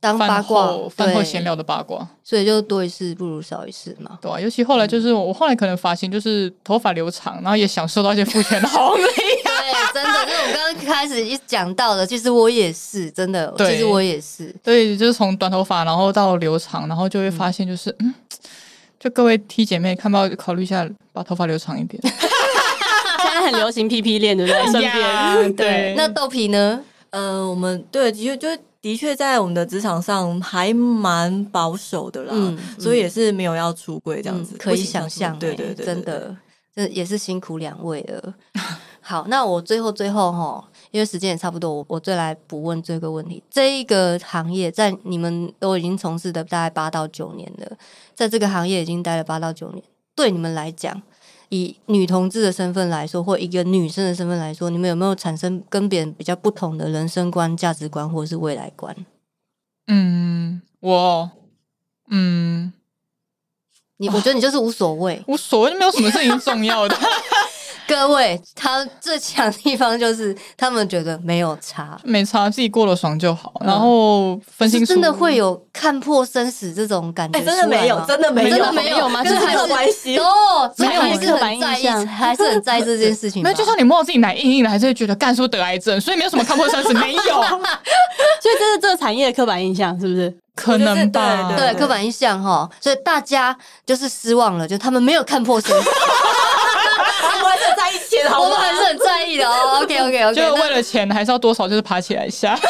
S1: 当八
S3: 饭
S1: 卦
S3: 后，饭后
S1: 对，
S3: 闲聊的八卦。
S1: 所以就多一事不如少一事 嘛。
S3: 对啊，尤其后来
S1: 嗯
S3: 就是我，我后来可能发型就是头发留长，然后也享受到一些父权的 红利。
S1: 对，真的，因为我刚刚开始一讲到的，其实我也是真的，
S3: 对
S1: 其实我也是，
S3: 对，就是从短头发，然后到留长，然后就会发现就是，嗯，就各位 T 姐妹看到考虑一下，把头发留长一点。
S2: 现在很流行 PP 恋，对不对？顺
S3: 呀
S2: 便
S3: 对
S1: 那豆皮呢？
S4: 呃，我们对，的确就的确在我们的职场上还蛮保守的啦，
S1: 嗯
S4: 所以也是没有要出柜这样子，
S1: 嗯、可以
S4: 不行
S1: 想象欸、
S4: 对对对，
S1: 真
S4: 对。对
S1: 的，这也是辛苦两位 了。好，那我最后最后哈，因为时间也差不多，我我再来补问这个问题。这一个行业在你们都已经从事的大概八到九年了，在这个行业已经待了八到九年，对你们来讲，以女同志的身份来说，或一个女生的身份来说，你们有没有产生跟别人比较不同的人生观、价值观，或是未来观？
S3: 嗯，我嗯
S1: 你我觉得你就是无所谓，
S3: 无所谓，没有什么事情重要的，
S1: 各位，他最强的地方就是他们觉得没有差，
S3: 没差，自己过得爽就好。然后分
S1: 嗯是
S3: 清楚，
S1: 真的会有看破生死这种感觉
S4: 哎、
S1: 出来
S4: 真
S1: 吗、
S4: 的没有，真的没有，
S1: 真的没有
S2: 吗
S1: 跟
S2: 这是
S1: 还
S4: 没有
S1: 是
S4: 关系
S1: 哦，所以
S2: 没有
S1: 还是
S2: 刻板
S1: 很
S2: 印
S1: 在意，
S2: 象
S1: 还是很在意这件事情吧。
S3: 没有，就算你摸到自己奶硬硬的，还是会觉得干说得癌症，所以没有什么看破生死， 没有，
S2: 所以这是这个产业的刻板印象，是不是？
S3: 可能吧？
S4: 对
S1: 对刻板印象哈，所以大家就是失望了，就他们没有看破生死，
S4: 我们还是在一起的，
S1: 我
S4: 好
S1: 们
S4: 吗？
S1: 还是很在意的哦。OK OK
S3: 就为
S1: OK，
S3: 了钱，还是要多少就是爬起来一下。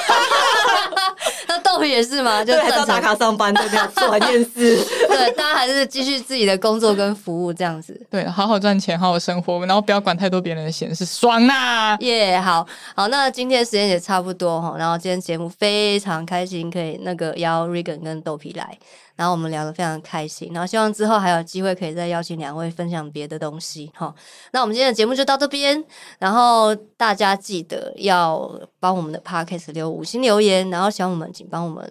S1: 那那 豆皮也是吗？就
S4: 对，还是要
S1: 正
S4: 打
S1: 常
S4: 卡上班，对，没有错， 很厌世。
S1: 对，大家还是继续自己的工作跟服务这样子。
S3: 对，好好赚钱，好好生活，然后不要管太多别人的闲事，爽啊啦！
S1: 耶好好，那今天时间也差不多哈，然后今天节目非常开心，可以那个邀 Regan 跟豆皮来，然后我们聊得非常开心，然后希望之后还有机会可以再邀请两位分享别的东西哈。那我们今天的节目就到这边，然后大家记得要帮我们的 Podcast 留五星留言，然后喜欢我们请帮我们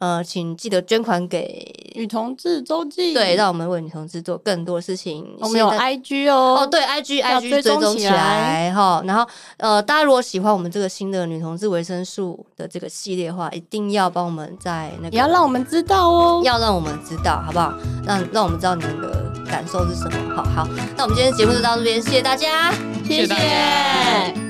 S1: 呃，请记得捐款给。
S2: 女同志周记，
S1: 对，让我们为女同志做更多事情。
S2: 我们有
S1: 现在
S2: IG 哦，
S1: 哦，对，IG
S2: 要
S1: IG 追
S2: 追踪
S1: 踪
S2: 起
S1: 起
S2: 来
S1: 来哈。然后呃，大家如果喜欢我们这个新的女同志维生素的这个系列的话，一定要帮我们在那个
S2: 也要让我们知道哦。
S1: 要让我们知道好不好？让让我们知道你们的感受是什么。好好，那我们今天的节目就到这边，谢谢大家。
S3: 谢谢大家
S2: 谢谢